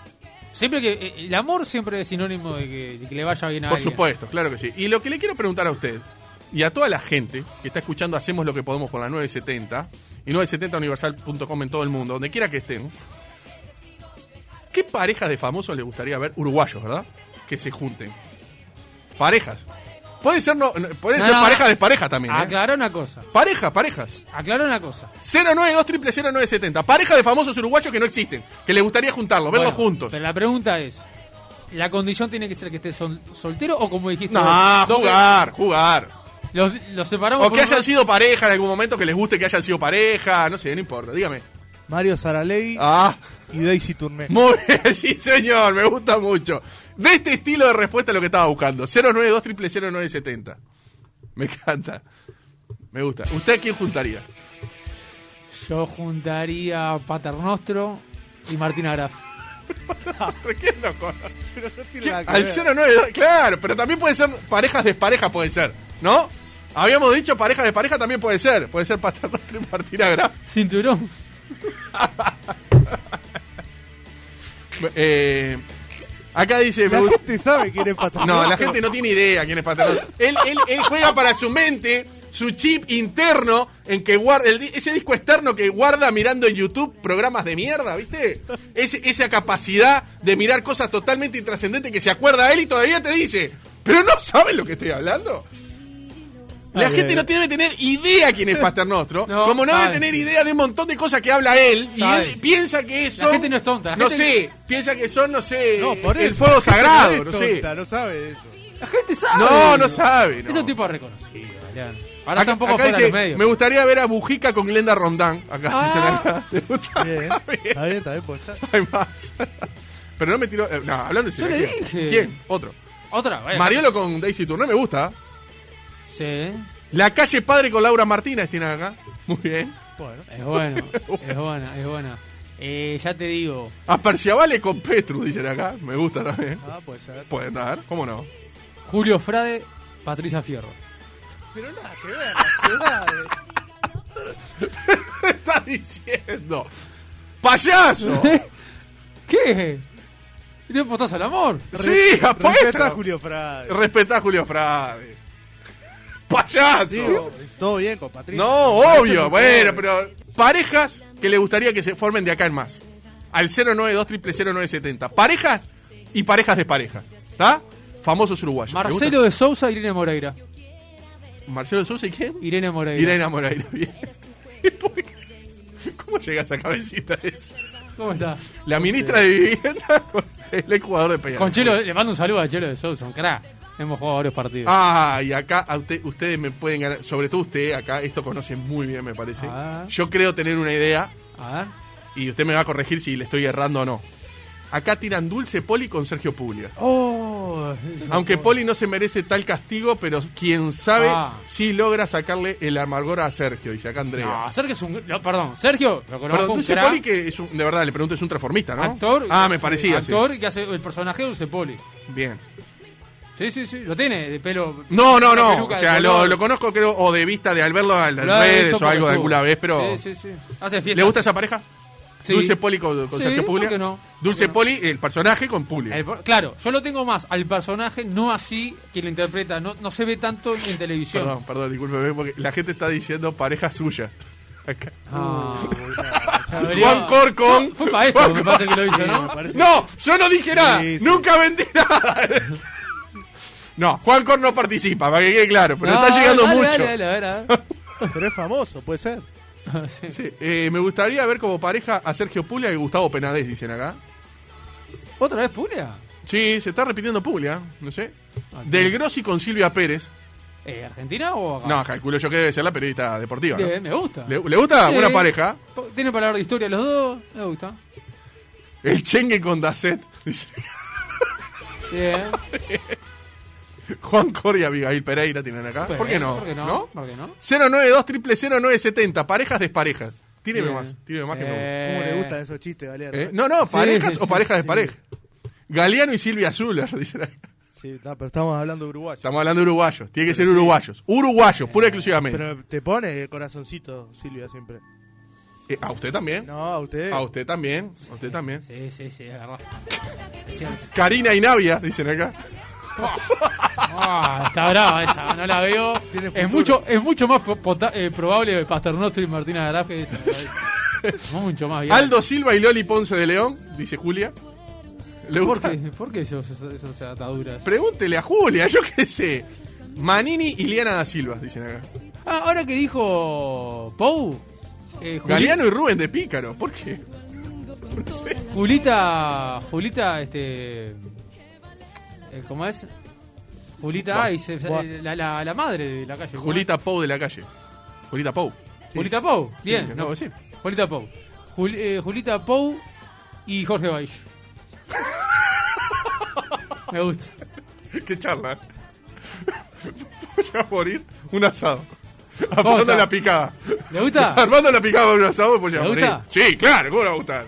Speaker 2: Siempre que eh, el amor siempre es sinónimo de que, de que le vaya bien a
Speaker 3: Por
Speaker 2: alguien.
Speaker 3: supuesto, claro que sí. Y lo que le quiero preguntar a usted y a toda la gente que está escuchando Hacemos lo que podemos con la 970 y 970universal.com en todo el mundo, donde quiera que estén. ¿Qué parejas de famosos le gustaría ver uruguayos, verdad? Que se junten. Parejas. Pueden ser, no, no, pueden
Speaker 2: No,
Speaker 3: ser
Speaker 2: no. Ah,
Speaker 3: parejas de pareja también. ¿eh?
Speaker 2: Aclara una cosa.
Speaker 3: Pareja, parejas.
Speaker 2: Aclara una cosa.
Speaker 3: 092 0970 Pareja de famosos uruguayos que no existen. Que le gustaría juntarlos, verlos
Speaker 2: Bueno,
Speaker 3: juntos.
Speaker 2: Pero la pregunta es: ¿la condición tiene que ser que esté sol- soltero o como dijiste?
Speaker 3: No,
Speaker 2: vos, dos
Speaker 3: jugar, jugar.
Speaker 2: que- Los, los separamos.
Speaker 3: O
Speaker 2: por
Speaker 3: que
Speaker 2: un-
Speaker 3: hayan sido pareja en algún momento, que les guste que hayan sido pareja, no sé, no importa, dígame.
Speaker 4: Mario Saralegui
Speaker 3: Ah,
Speaker 4: y Daisy Turné.
Speaker 3: muy bien, sí señor, me gusta mucho. De este estilo de respuesta a lo que estaba buscando, 092 0970 Me encanta, me gusta. ¿Usted a quién juntaría?
Speaker 2: Yo juntaría a Paternostro y Martina Graf.
Speaker 3: ¿Pero quién lo conoce?
Speaker 4: Ah. tiene nada que
Speaker 3: Al
Speaker 4: ver.
Speaker 3: 092, claro, pero también pueden ser parejas desparejas, pueden ser, ¿no? Habíamos dicho parejas de pareja también puede ser, puede ser Paternostre y Martina Graf.
Speaker 2: Cinturón.
Speaker 3: Eh, acá dice, me
Speaker 4: La
Speaker 3: gusta-
Speaker 4: gente sabe quién es Paterno.
Speaker 3: No, la gente no tiene idea quién es Paternoster. Él, él, él juega para su mente, su chip interno, en que guarda, el di- ese disco externo que guarda mirando en YouTube programas de mierda, ¿viste? Ese- esa capacidad de mirar cosas totalmente intrascendentes que se acuerda él y todavía te dice, pero no sabes lo que estoy hablando. La
Speaker 4: Ay,
Speaker 3: gente
Speaker 4: ay,
Speaker 3: no
Speaker 4: ay.
Speaker 3: debe tener idea quién es Paternostro,
Speaker 2: No,
Speaker 3: como no debe
Speaker 2: sabe.
Speaker 3: tener idea de un montón de cosas que habla él, y
Speaker 2: Sabe.
Speaker 3: él piensa que eso...
Speaker 2: La gente no es tonta, la
Speaker 3: no
Speaker 2: gente-
Speaker 3: sé, piensa que son, no sé,
Speaker 4: No, por
Speaker 3: el
Speaker 4: eso.
Speaker 3: fuego sagrado,
Speaker 4: es
Speaker 3: no sé.
Speaker 4: tonta, no sabe de eso.
Speaker 2: La gente sabe.
Speaker 3: No, no sabe. No.
Speaker 2: Es un tipo reconocido, Adrián. Ahora
Speaker 3: Acá-
Speaker 2: tampoco
Speaker 3: acá
Speaker 2: fuera
Speaker 3: dice,
Speaker 2: los medios.
Speaker 3: Me gustaría ver a Bujica con Glenda Rondán. Acá
Speaker 2: Ah.
Speaker 3: dicen acá. ¿Te gusta?
Speaker 4: Bien, está bien, está bien, puede estar.
Speaker 3: Hay más. Pero no me tiró. eh, no, hablando de
Speaker 2: Yo
Speaker 3: serio,
Speaker 2: le
Speaker 3: ¿quién?
Speaker 2: dije.
Speaker 3: ¿Quién? Otro.
Speaker 2: Otra, vez.
Speaker 3: Mariolo con Daisy Turner me gusta.
Speaker 2: Sí,
Speaker 3: La calle padre con Laura Martínez tiene acá. Muy bien.
Speaker 4: Bueno,
Speaker 2: es bueno, es buena, es buena. Eh, ya te digo,
Speaker 3: A Perciavale con Petru, dicen acá. Me gusta también.
Speaker 4: ah, puede ser.
Speaker 3: Pueden dar, ¿cómo no?
Speaker 2: Julio Frade, Patricia Fierro.
Speaker 4: Pero nada que ver, las edades.
Speaker 3: ¿Qué estás diciendo? ¡Payaso!
Speaker 2: ¿Qué? ¿No apostás al amor?
Speaker 3: sí,
Speaker 4: Respeta a
Speaker 3: apuesta.
Speaker 4: Julio Frade.
Speaker 3: Respetá a Julio Frade. ¡Payaso!
Speaker 4: Digo, todo bien con Patricia.
Speaker 3: No,
Speaker 4: Parece
Speaker 3: obvio,
Speaker 4: que
Speaker 3: bueno,
Speaker 4: todo-
Speaker 3: pero parejas que le gustaría que se formen de acá en más. Al 092 0970. Parejas y parejas de parejas. ¿Está? famosos uruguayos. ¿Te gusta?
Speaker 2: Marcelo de Sousa, Irene Moreira.
Speaker 3: Marcelo de Sousa y quién?
Speaker 2: Irene Moreira.
Speaker 3: Irene Moreira. Bien. ¿Por qué? ¿Cómo llega esa cabecita esa?
Speaker 2: ¿Cómo está?
Speaker 3: La ministra de Vivienda con el ex jugador de Peñarol.
Speaker 2: Con Chelo, le mando un saludo a Chelo de Sousa, un crack. Hemos jugado varios partidos.
Speaker 3: Ah, y acá a usted- ustedes me pueden ganar, sobre todo usted, acá esto conoce muy bien, me parece.
Speaker 2: Ah.
Speaker 3: Yo creo tener una idea
Speaker 2: A ver.
Speaker 3: y usted me va a corregir si le estoy errando o no. Acá tiran Dulce Poli con Sergio Puglia.
Speaker 2: Oh,
Speaker 3: Aunque Poli no se merece tal castigo, pero quien sabe
Speaker 2: Ah.
Speaker 3: si logra sacarle el amargor a Sergio, dice acá Andrea.
Speaker 2: No, Sergio es un. no, perdón, Sergio, lo conozco
Speaker 3: Perdón,
Speaker 2: un
Speaker 3: Dulce
Speaker 2: crack,
Speaker 3: Poli, que es un- de verdad, le pregunto, es un transformista, ¿no?
Speaker 2: actor.
Speaker 3: Ah, me parecía. sí.
Speaker 2: Actor que hace el personaje de Dulce Poli.
Speaker 3: Bien.
Speaker 2: Sí, sí, sí, lo tiene, de pelo.
Speaker 3: No, no,
Speaker 2: una
Speaker 3: no.
Speaker 2: peluca de
Speaker 3: O sea, lo,
Speaker 2: color.
Speaker 3: lo conozco, creo, o de vista de al verlo en las
Speaker 2: Lo ha visto
Speaker 3: redes o
Speaker 2: porque
Speaker 3: algo de
Speaker 2: estuvo.
Speaker 3: alguna vez, pero.
Speaker 2: Sí, sí, sí. Hace fiestas.
Speaker 3: ¿Le gusta esa pareja?
Speaker 2: Sí.
Speaker 3: Dulce Poli con, con
Speaker 2: Sí,
Speaker 3: Sergio Puglia.
Speaker 2: ¿por qué no?
Speaker 3: Dulce
Speaker 2: ¿Por
Speaker 3: Poli, el personaje con Puglia.
Speaker 2: El por- claro, yo lo tengo más al personaje, no así quien lo interpreta, no, no se ve tanto en televisión.
Speaker 3: Perdón, perdón, discúlpeme, porque la gente está diciendo pareja suya. Acá.
Speaker 2: Ah,
Speaker 3: Juan Cor con.
Speaker 2: Fue para esto,
Speaker 3: Juan
Speaker 2: me
Speaker 3: Cor-
Speaker 2: parece que lo hizo,
Speaker 4: me
Speaker 2: ¿no?
Speaker 4: parece-
Speaker 3: No, yo no dije nada.
Speaker 4: Sí, sí.
Speaker 3: Nunca vendí nada. No, Juan Cor no participa, para que quede claro, pero
Speaker 2: No,
Speaker 3: está llegando
Speaker 2: Ah, dale,
Speaker 3: mucho.
Speaker 2: dale, dale, a ver, a ver.
Speaker 4: Pero es famoso, puede ser.
Speaker 2: Sí.
Speaker 3: Sí, eh, me gustaría ver como pareja a Sergio Puglia y Gustavo Penades, dicen acá.
Speaker 2: ¿Otra vez Puglia?
Speaker 3: Sí, se está repitiendo Puglia, no sé.
Speaker 2: Ah,
Speaker 3: Del Grossi con Silvia Pérez.
Speaker 2: Eh, ¿Argentina o acá?
Speaker 3: No, calculo yo que debe ser la periodista deportiva. ¿no?
Speaker 2: Bien, me gusta.
Speaker 3: ¿Le, le gusta?
Speaker 2: Sí.
Speaker 3: Buena pareja.
Speaker 2: Po- Tiene palabra de historia los dos, me gusta.
Speaker 3: El Chengue con Dacet, dice
Speaker 2: Bien.
Speaker 3: Juan Cor y Abigail Pereira tienen acá. ¿Por qué no?
Speaker 2: ¿Por qué no?
Speaker 3: ¿No?
Speaker 2: ¿Por qué no?
Speaker 3: 092 00970, parejas desparejas. Tíreme
Speaker 2: Bien.
Speaker 3: más, tíreme más que me gusta.
Speaker 2: Eh,
Speaker 4: ¿Cómo le gustan esos chistes, Galeano?
Speaker 3: ¿Eh? No, no, parejas
Speaker 2: sí,
Speaker 3: o parejas
Speaker 4: sí.
Speaker 3: desparejas. Galeano y Silvia Zuller, dicen acá.
Speaker 4: Sí, está, pero estamos hablando de uruguayo.
Speaker 3: Estamos hablando de uruguayos, tiene que ser uruguayos. Uruguayos,
Speaker 2: Eh,
Speaker 3: pura y exclusivamente.
Speaker 4: Pero te pone corazoncito, Silvia, siempre.
Speaker 3: Eh, a usted también.
Speaker 4: No, a usted.
Speaker 3: A usted también. A usted también.
Speaker 2: Sí, sí, sí, es verdad. Es cierto.
Speaker 3: Karina y Navia, dicen acá.
Speaker 2: Ah, está brava esa, no la veo.
Speaker 4: Tiene
Speaker 2: Es
Speaker 4: futuro.
Speaker 2: mucho, es mucho más po- pota- eh, probable Pasternostro y Martina Garaf que esa. mucho más bien.
Speaker 3: Aldo Silva y Loli Ponce de León, dice Julia. ¿Le
Speaker 2: ¿por
Speaker 3: gusta?
Speaker 2: qué, por qué esos, esos- esas ataduras?
Speaker 3: Pregúntele a Julia, yo qué sé. Manini y Liana da Silva, dicen acá.
Speaker 2: Ah, ahora que dijo Pou, eh, Juli-
Speaker 3: Galeano y Rubén de Pícaro, ¿por qué?
Speaker 2: Julita, Julita, este. eh, ¿Cómo es? Julita,
Speaker 3: Buah,
Speaker 2: ay, se-
Speaker 4: buah.
Speaker 2: la, la- la madre de la calle. ¿cómo
Speaker 3: Julita Pou de la calle. Julita Pou.
Speaker 2: es? Julita Pou, bien.
Speaker 3: Sí,
Speaker 2: no,
Speaker 3: acabo de decir.
Speaker 2: Julita Pou. Jul- eh, Julita Pou y Jorge Baix. Me gusta.
Speaker 3: Qué charla. Voy a morir un asado. Armando
Speaker 2: está?
Speaker 3: la picada.
Speaker 2: ¿Le gusta?
Speaker 3: Armando la picada un asado, voy a
Speaker 2: ¿Le
Speaker 3: morir.
Speaker 2: gusta?
Speaker 3: Sí, claro, ¿cómo le va a gustar?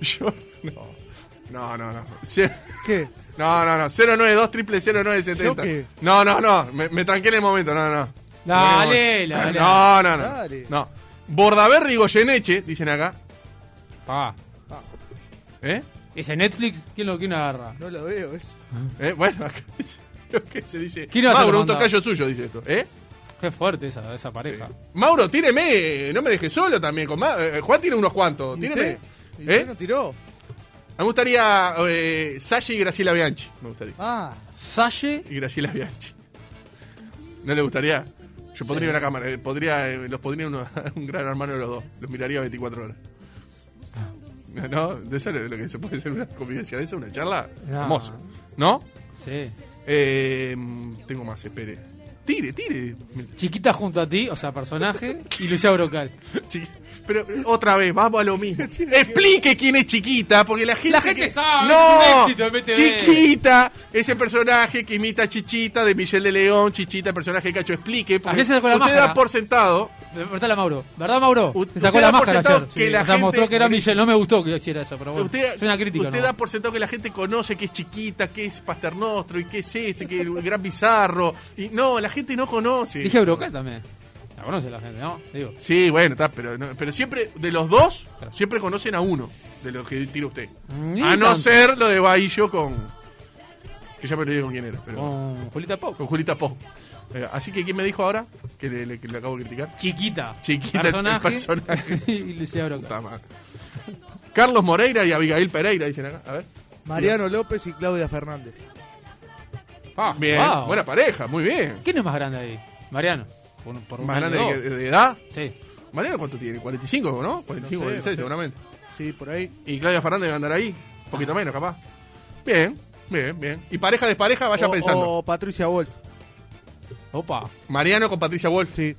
Speaker 3: Yo. No. No, no, no. Sie-
Speaker 4: ¿Qué?
Speaker 3: No, no, no. 092 triple
Speaker 4: ¿Yo qué?
Speaker 3: No, no, no. Me, me tranqué en el momento. No, no.
Speaker 2: Dale,
Speaker 3: no.
Speaker 2: dale.
Speaker 3: No, no, no.
Speaker 4: Dale.
Speaker 3: No. Bordaberry y Goyeneche, dicen acá.
Speaker 2: Pa.
Speaker 3: ¿Eh?
Speaker 2: ¿Ese Netflix? ¿Quién lo quién lo agarra?
Speaker 4: No lo veo, es.
Speaker 3: ¿Eh? Bueno, acá dice- lo que se dice.
Speaker 2: ¿Quién lo hace
Speaker 3: Mauro, un
Speaker 2: comandar?
Speaker 3: tocayo suyo, dice esto. ¿Eh?
Speaker 2: Qué fuerte esa, esa pareja.
Speaker 4: Ah.
Speaker 3: Mauro, tíreme. No me dejes solo también. Con Ma- eh, Juan tiene unos cuantos.
Speaker 4: ¿Y
Speaker 3: Tíreme.
Speaker 4: usted? ¿Y
Speaker 3: ¿Eh?
Speaker 4: usted no tiró?
Speaker 3: Me gustaría eh, Sashi y Graciela Bianchi. Me gustaría.
Speaker 4: Ah,
Speaker 2: Salle.
Speaker 3: Y Graciela Bianchi. ¿No le gustaría? Yo pondría una cámara. eh, podría, eh, los pondría uno- un gran hermano de los dos. Los miraría 24 horas.
Speaker 4: Ah.
Speaker 3: ¿No? ¿De eso es lo que se puede hacer una convivencia de eso? ¿Una charla?
Speaker 4: Ah.
Speaker 2: No.
Speaker 3: Hermoso. ¿No?
Speaker 2: Sí.
Speaker 3: Eh, tengo más, espere. Tire, tire.
Speaker 2: Chiquita junto a ti, o sea, personaje. Y Lucía Brocal.
Speaker 3: Chiqui- Pero eh, otra vez, vamos a lo mismo. Explique quién es Chiquita, porque la gente.
Speaker 2: La gente sabe,
Speaker 3: ¡No!
Speaker 2: es un éxito en BTV.
Speaker 3: Chiquita, ese personaje que imita a Chichita de Michelle de León, Chichita, el personaje de Cacho. Explique, porque
Speaker 2: Ayer se sacó la
Speaker 3: usted
Speaker 2: máscara.
Speaker 3: da por sentado.
Speaker 2: Preguntale a Mauro. ¿Verdad, Mauro?
Speaker 3: U-
Speaker 2: Se sacó
Speaker 3: usted da
Speaker 2: la
Speaker 3: por
Speaker 2: máscara
Speaker 3: sentado
Speaker 2: ayer.
Speaker 3: que
Speaker 2: Sí,
Speaker 3: la
Speaker 2: o sea,
Speaker 3: gente-
Speaker 2: mostró que era Michelle. No me gustó que hiciera eso, pero bueno.
Speaker 3: Usted,
Speaker 2: es una crítica,
Speaker 3: usted
Speaker 2: ¿no?
Speaker 3: da por sentado que la gente conoce que es Chiquita, que es Pasternostro y que es este, que es el gran bizarro. Y no, la gente no conoce.
Speaker 2: Dije Brocal también. La conoce la gente, ¿no? Digo.
Speaker 3: Sí, bueno, está, pero, no- pero siempre, de los dos, siempre conocen a uno de los que tira usted.
Speaker 2: Ni
Speaker 3: a no
Speaker 2: tanto.
Speaker 3: ser lo de Bahillo con. Que ya me olvidé con quién era, pero.
Speaker 2: Con Julita
Speaker 3: Con
Speaker 2: Poco.
Speaker 3: Julita Po. Eh, así que, ¿quién me dijo ahora? Que le, le- que le acabo de criticar.
Speaker 2: Chiquita.
Speaker 3: Chiquita, el
Speaker 2: Personaje.
Speaker 3: personaje.
Speaker 2: y Lucía Brocal.
Speaker 3: Puta madre. Carlos Moreira y Abigail Pereira, dicen acá. A ver.
Speaker 4: Mariano López y Claudia Fernández.
Speaker 2: Ah,
Speaker 3: Bien,
Speaker 2: wow.
Speaker 3: buena pareja, muy bien.
Speaker 2: ¿Quién es más grande ahí? Mariano. Por, por un
Speaker 3: Más
Speaker 2: año
Speaker 3: grande
Speaker 2: o
Speaker 3: de,
Speaker 2: dos.
Speaker 3: de edad.
Speaker 2: Sí.
Speaker 3: Mariano, ¿cuánto tiene? ¿45, no? 45,
Speaker 4: No sé,
Speaker 3: 46,
Speaker 4: no sé.
Speaker 3: seguramente.
Speaker 4: Sí, por ahí.
Speaker 3: Y Claudia Fernández va a andar ahí, un
Speaker 2: Ah.
Speaker 3: poquito menos, capaz. Bien, bien, bien. Y pareja de pareja,
Speaker 2: Oh,
Speaker 3: vaya
Speaker 4: o,
Speaker 3: pensando.
Speaker 4: o Patricia Wolf.
Speaker 2: Opa.
Speaker 3: Mariano con Patricia Wolf.
Speaker 4: Sí,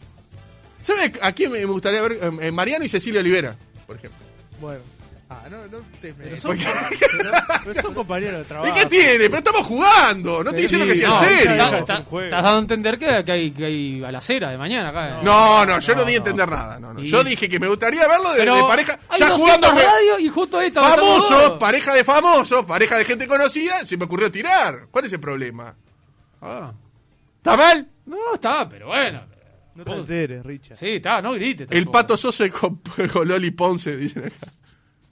Speaker 3: ¿Sabes a quién me me gustaría ver? Eh, eh, Mariano y Cecilia Olivera, por ejemplo.
Speaker 4: bueno. Ah, no, no te
Speaker 2: Pero
Speaker 4: mereces.
Speaker 2: son-
Speaker 4: Pero, pero son compañeros de
Speaker 3: ¿Y
Speaker 4: trabajo.
Speaker 3: qué tiene? Pero estamos jugando, no estoy
Speaker 4: Sí,
Speaker 3: diciendo que sea
Speaker 2: No,
Speaker 3: en
Speaker 2: está-
Speaker 3: serio.
Speaker 4: claro.
Speaker 2: está-
Speaker 4: Es un juego.
Speaker 2: Estás dando a entender que, que hay, que hay balacera de mañana acá. eh.
Speaker 3: No, no, yo no,
Speaker 2: No,
Speaker 3: di
Speaker 2: no.
Speaker 3: a entender nada. no, no.
Speaker 2: Y-
Speaker 3: Yo dije que me gustaría verlo de,
Speaker 2: Pero
Speaker 3: de pareja.
Speaker 2: hay
Speaker 3: Ya
Speaker 2: 200
Speaker 3: jugando re-
Speaker 2: radio y justo ahí estamos
Speaker 3: famosos,
Speaker 2: todos.
Speaker 3: pareja de famosos, pareja de gente conocida, se me ocurrió tirar. ¿Cuál es el problema?
Speaker 2: Ah.
Speaker 3: ¿Está mal?
Speaker 2: No, está, pero bueno.
Speaker 4: No te enteres, Richard.
Speaker 2: Sí, está, no grites.
Speaker 3: El
Speaker 2: tampoco.
Speaker 3: pato soso con, con Loli Ponce, dicen acá.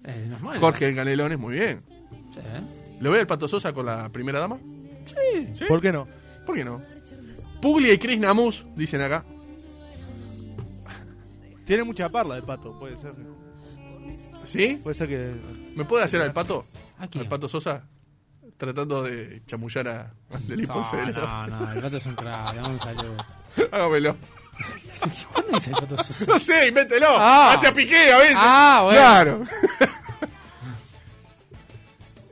Speaker 2: Eh, no es malo.
Speaker 3: Jorge Canelones, muy bien.
Speaker 2: Sí, ¿eh?
Speaker 3: ¿Lo ve el Pato Sosa con la primera dama? Sí.
Speaker 4: ¿Por qué no?
Speaker 3: ¿Por qué no? Puglia y Chris Namus, dicen acá.
Speaker 4: Tiene mucha parla de pato, puede ser.
Speaker 3: ¿Sí?
Speaker 4: Puede ser que.
Speaker 3: ¿Me puede hacer al Pato?
Speaker 2: ¿A quién?
Speaker 3: Al Pato Sosa. Tratando de chamullar a a Loli
Speaker 2: No,
Speaker 3: Ponce. de la-
Speaker 2: Ah, no, no, el pato es un crack, dame un saludo.
Speaker 3: Hágamelo.
Speaker 2: ¿Cuándo dice el pato Sosa?
Speaker 3: No sé, invéntelo.
Speaker 2: Ah.
Speaker 3: Hace a piqué a veces.
Speaker 2: Ah, bueno.
Speaker 3: Claro.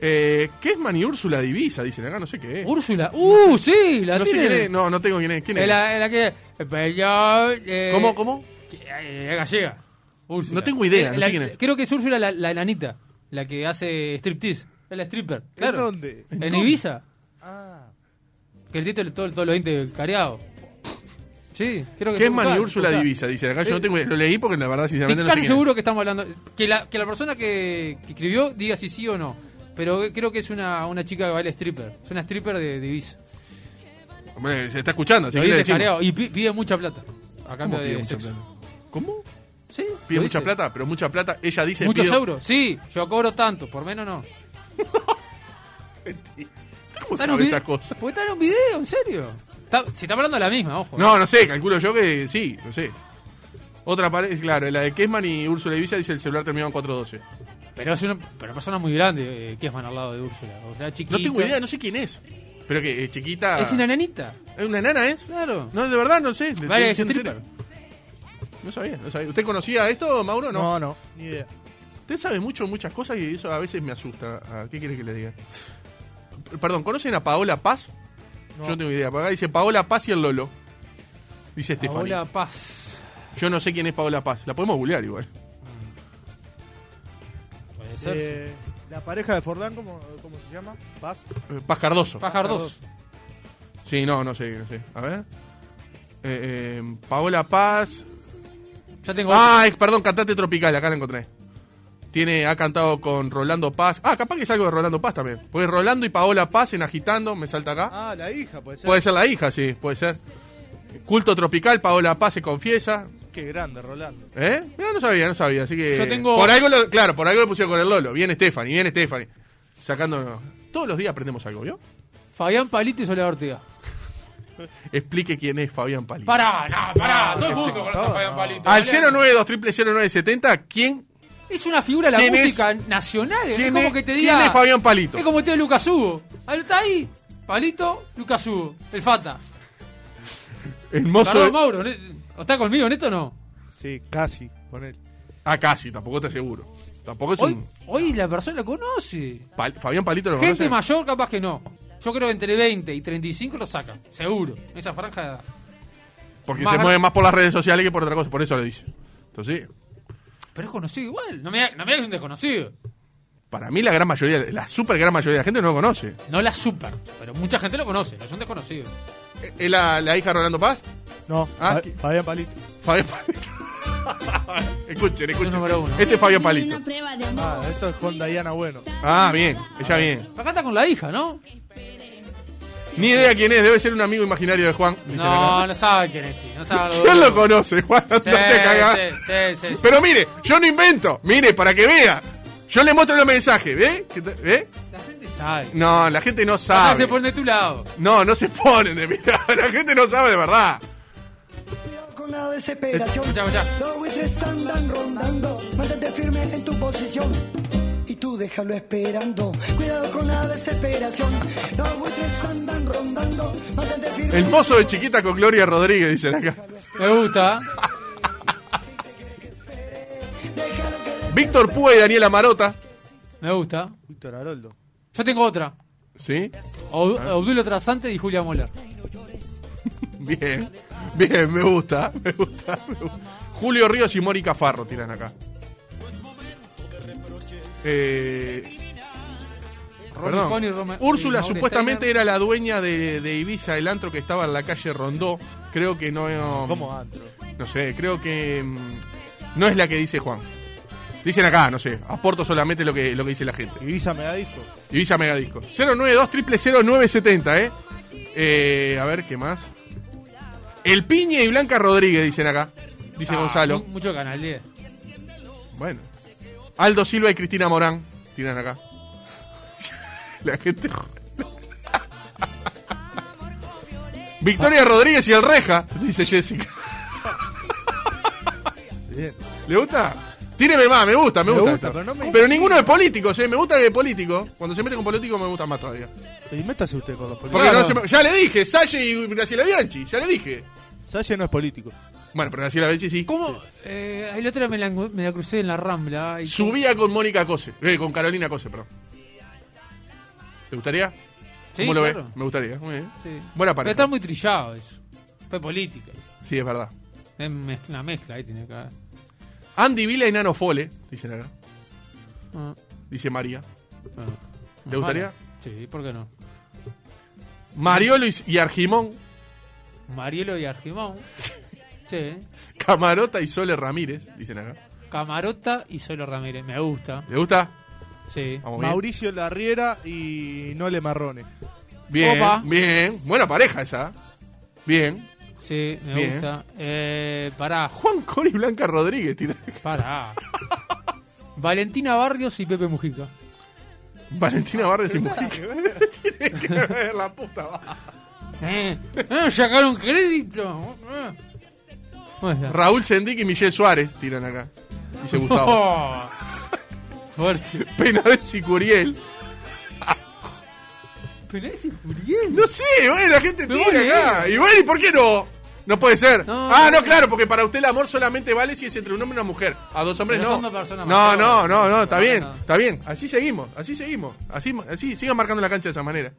Speaker 3: eh, ¿Qué es Mani Úrsula Divisa? Dicen acá, no sé qué es.
Speaker 2: Úrsula. Uh, sí, la
Speaker 3: no sé
Speaker 2: tiene.
Speaker 3: quién es. No, no tengo quién es. ¿Quién es?
Speaker 2: Es la, es la que. pero yo, eh,
Speaker 3: ¿Cómo, cómo?
Speaker 2: que- eh, es gallega. Úrsula.
Speaker 3: No tengo idea,
Speaker 2: Eh,
Speaker 3: no
Speaker 2: la-
Speaker 3: sé quién es.
Speaker 2: Creo que es Úrsula la, la enanita, la que hace striptease. Es la stripper. Claro.
Speaker 4: ¿En dónde?
Speaker 2: En Ibiza.
Speaker 4: Ah.
Speaker 2: Que el título es todo, todo lo 20 careado. Sí, creo que
Speaker 3: ¿Qué
Speaker 2: fue
Speaker 3: es Mani
Speaker 2: buscar,
Speaker 3: Úrsula
Speaker 2: buscar.
Speaker 3: Divisa? Dicen acá. Yo no
Speaker 2: Eh,
Speaker 3: tengo idea. Lo leí porque la verdad, sinceramente,
Speaker 2: Estoy
Speaker 3: no sé
Speaker 2: casi
Speaker 3: quién
Speaker 2: seguro que estamos hablando. Que la, que la persona que, que escribió diga si sí o no. Pero creo que es una, una chica que baila stripper. Es una stripper de, de Ibiza.
Speaker 3: es. Hombre, se está escuchando, así
Speaker 2: Lo
Speaker 3: que le
Speaker 2: dice
Speaker 3: decimos.
Speaker 2: careado. Y pi- pide mucha plata. A
Speaker 3: ¿Cómo
Speaker 2: cambio
Speaker 3: pide
Speaker 2: de
Speaker 3: mucha
Speaker 2: sexo.
Speaker 3: plata? ¿Cómo?
Speaker 2: Sí,
Speaker 3: Pide
Speaker 2: lo
Speaker 3: mucha
Speaker 2: dice.
Speaker 3: plata, pero mucha plata. Ella dice.
Speaker 2: Muchos
Speaker 3: pido-
Speaker 2: euros. Sí, yo cobro tanto. Por menos no.
Speaker 3: ¿Cómo
Speaker 2: Está en un
Speaker 3: sabe
Speaker 2: vide-
Speaker 3: esas cosas?
Speaker 2: Porque está en un video, en serio. Está, si está hablando de la misma, ojo.
Speaker 3: No, no sé, calculo yo que sí, no sé. Otra pareja, claro, la de Kesman y Úrsula Ibiza dice el celular terminado en 412.
Speaker 2: eh. Pero es una, pero persona muy grande eh, que es man al lado de Úrsula. O sea, chiquita.
Speaker 3: No tengo idea, no sé quién es. Pero que eh, chiquita.
Speaker 2: Es una nenita.
Speaker 3: ¿Es una nana, es?
Speaker 2: Claro.
Speaker 3: No, de verdad, no sé. le
Speaker 2: Vale,
Speaker 3: estoy diciendo
Speaker 2: stripper.
Speaker 3: en serio. No sabía, no sabía. ¿Usted conocía esto, Mauro? No.
Speaker 4: No, no, ni idea.
Speaker 3: Usted sabe mucho, muchas cosas y eso a veces me asusta. Ah, ¿Qué quiere que le diga? P- Perdón, ¿conocen a Paola Paz?
Speaker 4: No.
Speaker 3: Yo no tengo idea. Por Acá dice Paola Paz y el Lolo. Dice Estefanía.
Speaker 2: Paola Paz.
Speaker 3: Yo no sé quién es Paola Paz. La podemos googlear igual.
Speaker 2: Puede ser.
Speaker 4: Eh, la pareja de Forlán, ¿cómo, cómo se llama? Paz.
Speaker 3: Eh, Paz Cardoso.
Speaker 2: Pajar 2.
Speaker 3: Sí, no, no sé, no sé. A ver. Eh, eh, Paola Paz.
Speaker 2: Ya tengo.
Speaker 3: Ah, es- perdón, cantante tropical, acá la encontré. Tiene, ha cantado con Rolando Paz. Ah, capaz que es algo de Rolando Paz también. Porque Rolando y Paola Paz en Agitando, me salta acá.
Speaker 4: Ah, la hija, puede ser.
Speaker 3: Puede ser la hija, sí, puede ser. Culto tropical, Paola Paz se confiesa.
Speaker 4: Qué grande, Rolando.
Speaker 3: ¿Eh? Mirá, no sabía, no sabía, así que.
Speaker 2: Yo tengo-
Speaker 3: Por algo, lo- claro, por algo lo pusieron con el Lolo. Bien, Stephanie, bien, Stephanie. Sacando. Todos los días aprendemos algo, ¿vio?
Speaker 2: Fabián Palito y Soledad Ortega.
Speaker 3: Explique quién es Fabián Palito.
Speaker 2: Pará, no,
Speaker 3: Ah,
Speaker 2: pará. todo el mundo
Speaker 4: no,
Speaker 2: conoce a
Speaker 4: no.
Speaker 2: Fabián Palito.
Speaker 3: Al
Speaker 2: dale.
Speaker 3: 092 ¿quién,
Speaker 2: Es una figura de la
Speaker 3: ¿Quién es?
Speaker 2: música nacional. ¿eh? Es
Speaker 3: quién
Speaker 2: como
Speaker 3: es-
Speaker 2: que te
Speaker 3: quién
Speaker 2: diga.
Speaker 3: es Fabián Palito?
Speaker 2: Es como te diga Lucas Hugo. Ahí Está ahí. Palito, Lucas Hugo. El Fata.
Speaker 3: El mozo.
Speaker 2: Perdón,
Speaker 3: de-
Speaker 2: Mauro. ¿ne- ¿o ¿Está conmigo, Neto, o no?
Speaker 4: Sí, casi, con él.
Speaker 3: Ah, casi, tampoco te aseguro. Tampoco es
Speaker 2: Hoy,
Speaker 3: un.
Speaker 2: hoy la persona lo conoce.
Speaker 3: Pal- Fabián Palito lo
Speaker 2: Gente
Speaker 3: conoce.
Speaker 2: mayor capaz que no. Yo creo que entre 20 y 35 lo sacan, seguro. Esa franja de edad.
Speaker 3: Porque
Speaker 2: más-
Speaker 3: se mueve más por las redes sociales que por otra cosa, por eso lo dice. Entonces,
Speaker 2: Pero es conocido igual. No me digas no me digas que es un desconocido.
Speaker 3: para mí la gran mayoría, la super gran mayoría de la gente no lo conoce.
Speaker 2: No la super, pero mucha gente lo conoce, no es un desconocido.
Speaker 3: ¿Es- ¿Es la, la hija de Rolando Paz?
Speaker 4: No,
Speaker 3: Ah,
Speaker 4: Fa-
Speaker 3: que-
Speaker 4: Fabián Palito.
Speaker 3: Fabián Palito. escuchen, escuchen.
Speaker 2: número uno.
Speaker 3: Este es Fabián Palito.
Speaker 4: Ah, esto es con Diana Bueno.
Speaker 3: Ah, bien, ella bien.
Speaker 2: Acá está con la hija, ¿no?
Speaker 3: Ni idea quién es, debe ser un amigo imaginario de Juan. dicen
Speaker 2: No,
Speaker 3: acá.
Speaker 2: no sabe quién es, sí, no sabe
Speaker 3: ¿Quién lo conoce, Juan? No
Speaker 2: Sí,
Speaker 3: te cagás.
Speaker 2: sí, sí, sí, sí.
Speaker 3: Pero mire, yo no invento. Mire, para que vea. Yo le muestro los mensajes, ¿ve? ¿Qué tal? ¿Ve?
Speaker 2: La gente sabe.
Speaker 3: No, la gente no
Speaker 2: Acá
Speaker 3: sabe.
Speaker 2: se pone de tu lado.
Speaker 3: No, no se ponen de mira. La gente no sabe de verdad.
Speaker 5: Con la desesperación.
Speaker 2: Escuchá, escuchá.
Speaker 5: Los buitres andan rondando. Mantente firme en tu posición. Y tú tú déjalo esperando. Cuidado con la desesperación. Los buitres andan rondando. Mantente firme.
Speaker 3: El mozo de chiquita con Gloria Rodríguez, dicen acá.
Speaker 2: Me gusta.
Speaker 5: Déjalo que des-
Speaker 3: Víctor Púa y Daniela Marota.
Speaker 2: Me gusta.
Speaker 4: Víctor Aroldo.
Speaker 2: Yo tengo otra.
Speaker 3: ¿Sí?
Speaker 2: Abdu- Abdulio Trasante y Julia Moller.
Speaker 3: Bien. Bien, me gusta, me gusta, me gusta. Julio Ríos y Mónica Farro tiran acá. Eh, perdón.
Speaker 2: Connie, Roma- y
Speaker 3: Úrsula
Speaker 2: Mauro
Speaker 3: supuestamente
Speaker 2: Steiner.
Speaker 3: era la dueña de, de Ibiza, el antro que estaba en la calle Rondó. Creo que no...
Speaker 4: ¿Cómo antro?
Speaker 3: No sé, creo que mm, no es la que dice Juan. Dicen acá, no sé, aporto solamente lo que, lo que dice la gente.
Speaker 4: Ibiza me da disco.
Speaker 3: Ibiza Megadisco. 092 0970, ¿eh? ¿eh? A ver, ¿qué más? El Piñe y Blanca Rodríguez, dicen acá. Dice
Speaker 2: Ah,
Speaker 3: Gonzalo.
Speaker 2: mu- Mucho Canal 10.
Speaker 3: Bueno. Aldo Silva y Cristina Morán, tiran acá. la gente... Victoria Rodríguez y el Reja, dice Jessica.
Speaker 4: Bien.
Speaker 3: ¿Le gusta? Tíreme más, me gusta, me,
Speaker 4: Me
Speaker 3: gusta.
Speaker 4: gusta,
Speaker 3: esto.
Speaker 4: pero no me-
Speaker 3: ninguno de políticos, ¿eh? Me gusta que de políticos. Cuando se mete con políticos me gusta más todavía.
Speaker 4: Y métase usted con los
Speaker 3: Porque
Speaker 4: políticos.
Speaker 2: Claro.
Speaker 3: no se me- Ya le dije, Salle y Graciela Bianchi, ya le dije.
Speaker 4: Salle no es político.
Speaker 3: Bueno, pero Graciela Bianchi sí.
Speaker 2: ¿Cómo? Eh, el otro día me la, engu- me la crucé en la Rambla. Y
Speaker 3: Subía con Mónica Cose, eh, con Carolina Cose, perdón. ¿Te gustaría?
Speaker 2: Sí,
Speaker 3: ¿Cómo lo
Speaker 2: claro.
Speaker 3: ves? Me gustaría, muy bien.
Speaker 2: Sí.
Speaker 3: Buena
Speaker 2: Pero
Speaker 3: pareja.
Speaker 2: está muy trillado eso. Fue política.
Speaker 3: Sí, es verdad.
Speaker 2: Es mez- una mezcla ahí tiene acá.
Speaker 3: Andy Vila y Nano Fole, dicen acá. Dice María. Ah. ¿Te gustaría?
Speaker 2: Ah. Sí, ¿por qué no?
Speaker 3: Mariolo y- y Argimón.
Speaker 2: Marielo y Argimón. sí.
Speaker 3: Camarota y Sole Ramírez, dicen acá.
Speaker 2: Camarota y Solo Ramírez. Me gusta.
Speaker 3: ¿Te gusta?
Speaker 2: Sí.
Speaker 3: Vamos bien.
Speaker 4: Mauricio Larriera y Nole Marrone.
Speaker 3: Bien,
Speaker 2: Opa.
Speaker 3: bien. Buena pareja esa. ¿eh? Bien.
Speaker 2: Sí, me
Speaker 3: Bien.
Speaker 2: gusta. Eh, pará,
Speaker 3: Juan Cori Blanca Rodríguez tira.
Speaker 2: pará. Valentina Barrios y Pepe Mujica.
Speaker 3: Valentina Barrios y Mujica. Tiene que ver la puta. va.
Speaker 2: Eh, eh, sacaron crédito. Eh. ¿Cómo está?
Speaker 3: Raúl Sendic y Michelle Suárez tiran acá. Dice Gustavo.
Speaker 2: Oh. Fuerte.
Speaker 3: Penades y Curiel.
Speaker 2: Penales y Julián.
Speaker 3: No sé, bueno, la gente
Speaker 2: Me
Speaker 3: tira
Speaker 2: voy a
Speaker 3: acá. Y bueno, ¿y por qué no? No puede ser.
Speaker 2: No,
Speaker 3: ah,
Speaker 2: no.
Speaker 3: no, claro, porque para usted el amor solamente vale si es entre un hombre y una mujer. A dos hombres
Speaker 2: Pero
Speaker 3: no.
Speaker 2: son dos personas
Speaker 3: no,
Speaker 2: más
Speaker 3: no,
Speaker 2: jóvenes.
Speaker 3: no, no, está
Speaker 2: No,
Speaker 3: bien,
Speaker 2: no.
Speaker 3: está bien. Así seguimos, así seguimos. Así, así sigan marcando la cancha de esa manera.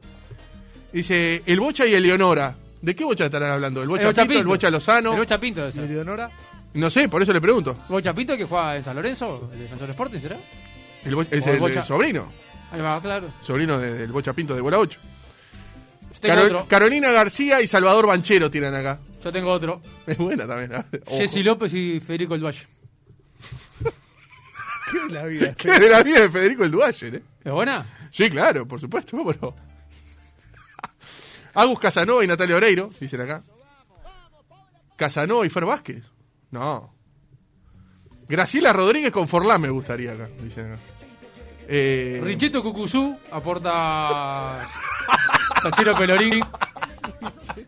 Speaker 3: Dice, el Bocha y Eleonora. ¿De qué Bocha estarán hablando? ¿El Bocha,
Speaker 2: El Bocha
Speaker 3: Pinto, el
Speaker 2: Pinto.
Speaker 3: Bocha Lozano?
Speaker 2: El Bocha Pinto debe ser.
Speaker 4: Leonora,
Speaker 3: No sé, por eso le pregunto.
Speaker 2: Bocha Pinto que juega en San Lorenzo, el defensor Sporting, ¿será?
Speaker 3: El Bocha- es
Speaker 2: O el
Speaker 3: el,
Speaker 2: Bocha-
Speaker 3: eh, sobrino.
Speaker 2: Ahí va, claro.
Speaker 3: Sobrino de- del Bocha Pinto de Bola 8.
Speaker 2: Yo tengo
Speaker 3: Caro-
Speaker 2: otro.
Speaker 3: Carolina García y Salvador Banchero tiran acá.
Speaker 2: Yo tengo otro.
Speaker 3: Es buena también. ¿eh? Ojo.
Speaker 2: Jessy López y Federico El Valle.
Speaker 4: qué es la vida.
Speaker 3: Qué de la vida de Federico el Duayer, ¿eh?
Speaker 2: ¿Es buena?
Speaker 3: Sí, claro, por supuesto, cómo no. Agus Casanova y Natalia Oreiro, dicen acá. Casanova y Fer Vázquez. No. Graciela Rodríguez con Forlán me gustaría acá, dicen acá. Eh,
Speaker 2: Richeto Cucuzú aporta. Tachero Pelorini.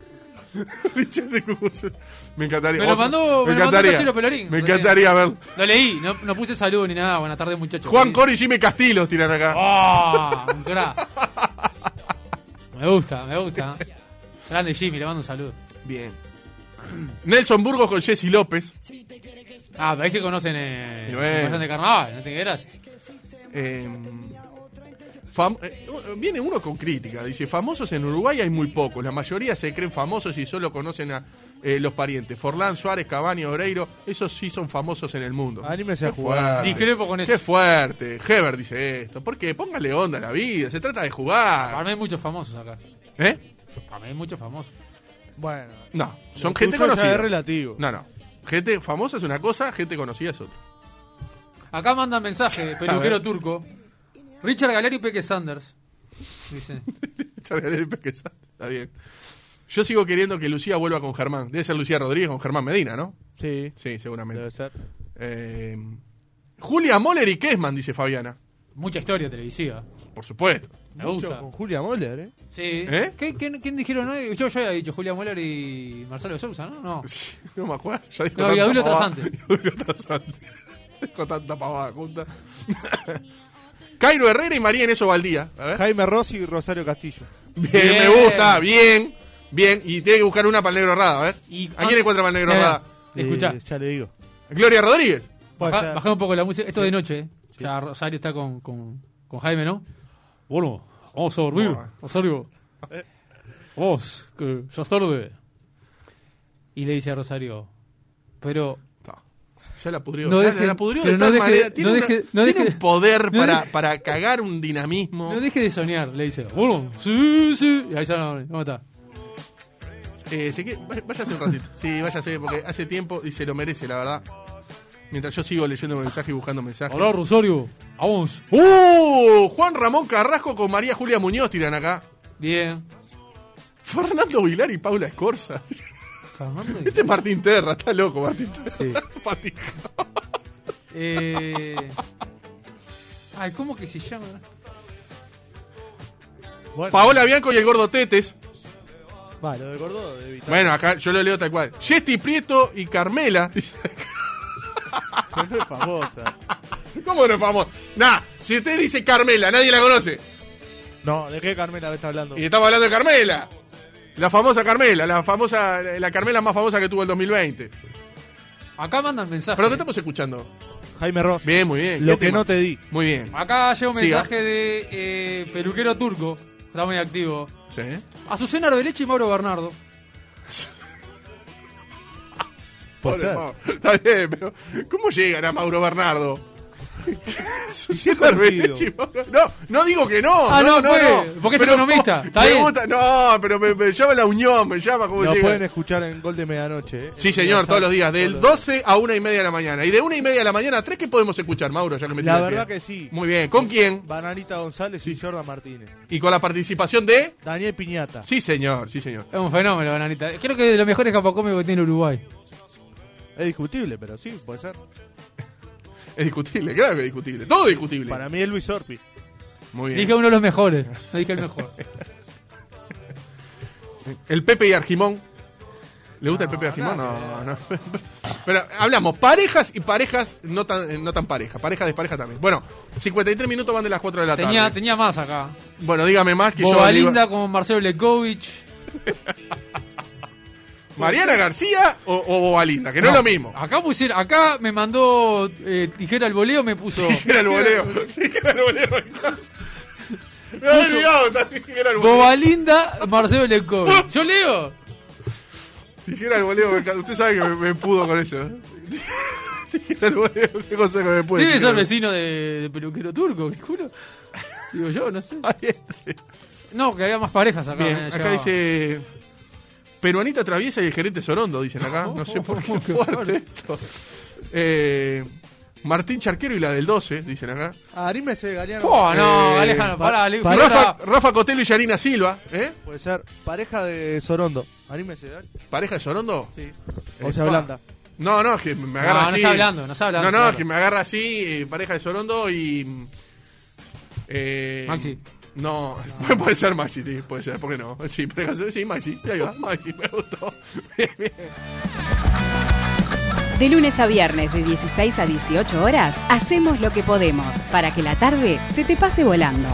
Speaker 3: Richard de Cucuzú. Me encantaría.
Speaker 2: Me lo
Speaker 3: Otro.
Speaker 2: mandó- me lo mandó Tachero Pelorín,
Speaker 3: Me
Speaker 2: recién.
Speaker 3: encantaría verlo.
Speaker 2: Lo leí, no, no puse saludo ni nada. Buenas tardes, muchachos.
Speaker 3: Juan Cori y Jimmy Castillo tiran acá.
Speaker 2: ¡Ah! un crack. Me gusta, me gusta. Grande Jimmy, le mando un saludo.
Speaker 3: Bien. Nelson Burgos con Jesse López.
Speaker 2: Ah, pero ahí se conocen eh,
Speaker 3: Y bueno.
Speaker 2: se conocen de carnaval, no te creas.
Speaker 3: Eh, fam- eh, u- viene uno con crítica, dice, famosos en Uruguay hay muy pocos, la mayoría se creen famosos y solo conocen a eh, los parientes, Forlán, Suárez, Cavani, Oreiro, esos sí son famosos en el mundo.
Speaker 4: Anímese a
Speaker 3: Qué
Speaker 4: jugar.
Speaker 3: fuerte.
Speaker 2: Discrepo con eso.
Speaker 3: Qué fuerte, Heber dice esto, porque póngale onda a la vida, se trata de
Speaker 2: Para
Speaker 3: jugar.
Speaker 2: mí hay muchos famosos acá.
Speaker 3: ¿Eh?
Speaker 2: Para mí hay muchos famosos.
Speaker 4: Bueno,
Speaker 3: No,
Speaker 4: lo
Speaker 3: son gente
Speaker 4: tuyo ya
Speaker 3: conocida.
Speaker 4: es relativo.
Speaker 3: No, no. Gente famosa es una cosa, gente conocida es otra.
Speaker 2: Acá mandan mensaje,
Speaker 3: A
Speaker 2: peluquero
Speaker 3: ver.
Speaker 2: turco. Richard Galeri y Peque Sanders. Dice.
Speaker 3: Chargaré el Peque Sá. Está bien. Yo sigo queriendo que Lucía vuelva con Germán. Debe ser Lucía Rodríguez con Germán Medina, ¿no?
Speaker 4: Sí,
Speaker 3: Sí,
Speaker 4: debe
Speaker 3: seguramente.
Speaker 4: ser.
Speaker 3: Eh, Julia Moller y Kessman, dice Fabiana.
Speaker 2: Mucha historia televisiva.
Speaker 3: Por supuesto.
Speaker 2: Me
Speaker 4: Mucho
Speaker 2: gusta.
Speaker 4: Con Julia Moller, ¿eh?
Speaker 2: Sí.
Speaker 3: ¿Eh?
Speaker 2: ¿Qué- quién, quién dijeron? no? Yo, yo había dicho Julia Mueller y Marcelo de Sousa, ¿no? No.
Speaker 3: No me acuerdo. Ya dijo
Speaker 2: No,
Speaker 3: tanta
Speaker 2: y Adulio
Speaker 3: pavada.
Speaker 2: Trasante.
Speaker 3: Y Adulio Trasante. Dijo tanta pavada junta. Cairo Herrera y María Inés Ovaldía. A ver.
Speaker 4: Jaime Rossi y Rosario Castillo.
Speaker 3: Bien,
Speaker 2: Bien.
Speaker 3: me gusta, bien, bien. Y tiene que buscar una para el negro Rada, a ver.
Speaker 2: Y- ah,
Speaker 3: ¿A quién encuentra para el negro Rada?
Speaker 2: Escucha,
Speaker 4: Eh, ya le digo.
Speaker 3: Gloria Rodríguez.
Speaker 4: Pues,
Speaker 2: baja,
Speaker 4: ya-
Speaker 2: baja un poco la música. Esto de noche, ¿eh? Ya Rosario está con, con, con Jaime, ¿no? Bueno, vamos a dormir, Rosario. Vos, que ya es tarde. Y le dice a Rosario, pero
Speaker 3: No, Ya la pudrió.
Speaker 2: No
Speaker 3: Ya
Speaker 2: deje-
Speaker 3: la pudrió
Speaker 2: pero
Speaker 3: de
Speaker 2: no
Speaker 3: tal
Speaker 2: deje-
Speaker 3: manera.
Speaker 2: no
Speaker 3: Tiene, una-
Speaker 2: deje- no
Speaker 3: tiene
Speaker 2: deje-
Speaker 3: un poder
Speaker 2: no
Speaker 3: para,
Speaker 2: deje-
Speaker 3: para cagar un dinamismo.
Speaker 2: no deje de soñar, le dice. Bueno, sí, sí. Y ahí se van a dormir. ¿Cómo está?
Speaker 3: Eh, Ezequiel, vay- váyase un ratito. Sí, váyase, porque hace tiempo y se lo merece, la verdad. Mientras yo sigo leyendo mensajes y buscando mensajes.
Speaker 2: Hola, Rosario. Vamos.
Speaker 3: ¡Uh! Juan Ramón Carrasco con María Julia Muñoz tiran acá.
Speaker 2: Bien.
Speaker 3: Fernando Vilar y Paula Escorza.
Speaker 2: Fernando.
Speaker 3: Este es Martín Terra, está loco, Martín Terra.
Speaker 4: Sí.
Speaker 3: Martín.
Speaker 2: Eh... Ay, ¿cómo que se llama?
Speaker 4: Bueno,
Speaker 3: Paola Bianco y el gordo Tetes.
Speaker 4: va, lo del gordo de evitar.
Speaker 3: Bueno, acá yo lo leo tal cual. Jesti Prieto y Carmela.
Speaker 4: Pero no es famosa.
Speaker 3: ¿Cómo no es famoso? Nah, si usted dice Carmela, nadie la conoce.
Speaker 4: No, ¿de qué Carmela me está hablando?
Speaker 3: Y estamos hablando de Carmela. La famosa Carmela, la famosa, la Carmela más famosa que tuvo el 2020.
Speaker 2: Acá mandan mensaje.
Speaker 3: ¿Pero qué estamos escuchando?
Speaker 4: Jaime Rossi.
Speaker 3: Bien, muy bien.
Speaker 4: Lo
Speaker 3: ¿Qué
Speaker 4: que
Speaker 3: tema?
Speaker 4: no te di.
Speaker 3: Muy bien.
Speaker 2: Acá llega un
Speaker 3: Siga.
Speaker 2: mensaje de eh, peluquero turco. Está muy activo.
Speaker 3: Sí.
Speaker 2: Azucena Arbeleche y Mauro Bernardo.
Speaker 4: Puede
Speaker 3: Pobre
Speaker 4: ser.
Speaker 3: Mauro. Está bien, pero ¿cómo llegan a Mauro Bernardo?
Speaker 4: Sí,
Speaker 3: Con
Speaker 4: conocido.
Speaker 3: Benedetti, Mauro- No, no digo que no.
Speaker 2: Ah, no,
Speaker 3: no, no,
Speaker 2: pues,
Speaker 3: no.
Speaker 2: porque es
Speaker 3: Pero,
Speaker 2: economista, está
Speaker 3: me
Speaker 2: bien.
Speaker 3: gusta- no, pero me, me llama la Unión, me llama como
Speaker 4: Lo
Speaker 3: llega.
Speaker 4: pueden escuchar en Gol de Medianoche. ¿eh?
Speaker 3: eh. Sí,
Speaker 4: En
Speaker 3: señor, todos los días, del
Speaker 4: Todos los
Speaker 3: 12 a una y media de la mañana. Y de una y media de la mañana a 3, ¿qué podemos escuchar, Mauro? Ya que me
Speaker 4: La
Speaker 3: tira el
Speaker 4: verdad
Speaker 3: pie?
Speaker 4: que sí.
Speaker 3: Muy bien, ¿con quién?
Speaker 4: Bananita González y Jordan Martínez.
Speaker 3: Y con la participación de...
Speaker 4: Daniel Piñata.
Speaker 3: Sí, señor, sí, señor.
Speaker 2: Es un fenómeno, bananita. Creo que de los mejores capocómicos que tiene Uruguay.
Speaker 4: Es discutible, pero sí, puede ser.
Speaker 3: Es discutible, claro que es discutible. Todo es discutible.
Speaker 4: Para mí es Luis Orpi.
Speaker 3: Muy bien.
Speaker 2: Dije uno de los mejores. No dije el mejor.
Speaker 3: El Pepe y Argimón. ¿Le gusta el Pepe y Argimón? No, no. Pero hablamos, parejas y parejas no tan, eh, no tan parejas. Parejas de pareja también. Bueno, 53 minutos van de las 4 de la
Speaker 2: Tenía,
Speaker 3: tarde.
Speaker 2: tenía más acá.
Speaker 3: Bueno, dígame más que yo. digo-
Speaker 2: Bobalinda con Marcelo Lekovic.
Speaker 3: ¿Mariana García o, o Bobalinda? Que no, es lo mismo.
Speaker 2: Acá pusieron, acá me mandó eh, tijera al voleo, me puso.
Speaker 3: Era el voleo. Era el voleo. Me había olvidado también que era el voleo.
Speaker 2: Bobalinda, Marcelo Lekovic. Yo leo.
Speaker 3: Tijera al voleo, me encanta. usted sabe que me, me pudo con eso. ¿eh? Tijera al voleo, qué cosa que me puede.
Speaker 2: Debe
Speaker 3: tijera
Speaker 2: ser
Speaker 3: al voleo.
Speaker 2: vecino de, de peluquero turco, que culo. Digo yo, no sé.
Speaker 3: Ah, bien, sí.
Speaker 2: No, que había más parejas acá. eh,
Speaker 3: Bien,
Speaker 2: me
Speaker 3: acá
Speaker 2: llegaba.
Speaker 3: dice. Peruanita traviesa y el gerente Sorondo, dicen acá. No sé por qué fuerte esto. Eh, Martín Charquero y la del 12, dicen acá.
Speaker 4: Arímese, Galeano.
Speaker 2: Oh, no,
Speaker 3: Eh,
Speaker 2: Alejandro,
Speaker 4: pa-
Speaker 2: pará, Ale-
Speaker 4: pa-
Speaker 2: figura-
Speaker 3: Rafa, Rafa Cotelo y Yanina Silva, ¿eh?
Speaker 4: Puede ser. Pareja de Sorondo. Anímese, dale.
Speaker 3: ¿Pareja de Sorondo?
Speaker 4: Sí.
Speaker 3: Eh,
Speaker 4: O sea,
Speaker 3: pa-
Speaker 4: Blanda.
Speaker 3: No, no, es que me
Speaker 2: No,
Speaker 3: agarra
Speaker 2: no
Speaker 3: así.
Speaker 2: está hablando, no está hablando,
Speaker 3: No, no,
Speaker 2: claro.
Speaker 3: es que me agarra así, eh, pareja de Sorondo y. eh,
Speaker 2: Maxi.
Speaker 3: No, puede ser Maxi, sí, puede ser, ¿por qué no? Sí, pareja de Sorondo, sí, Maxi, ahí va, Maxi, me gustó. Bien, bien.
Speaker 1: De lunes a viernes de 16 a 18 horas, hacemos lo que podemos para que la tarde se te pase volando.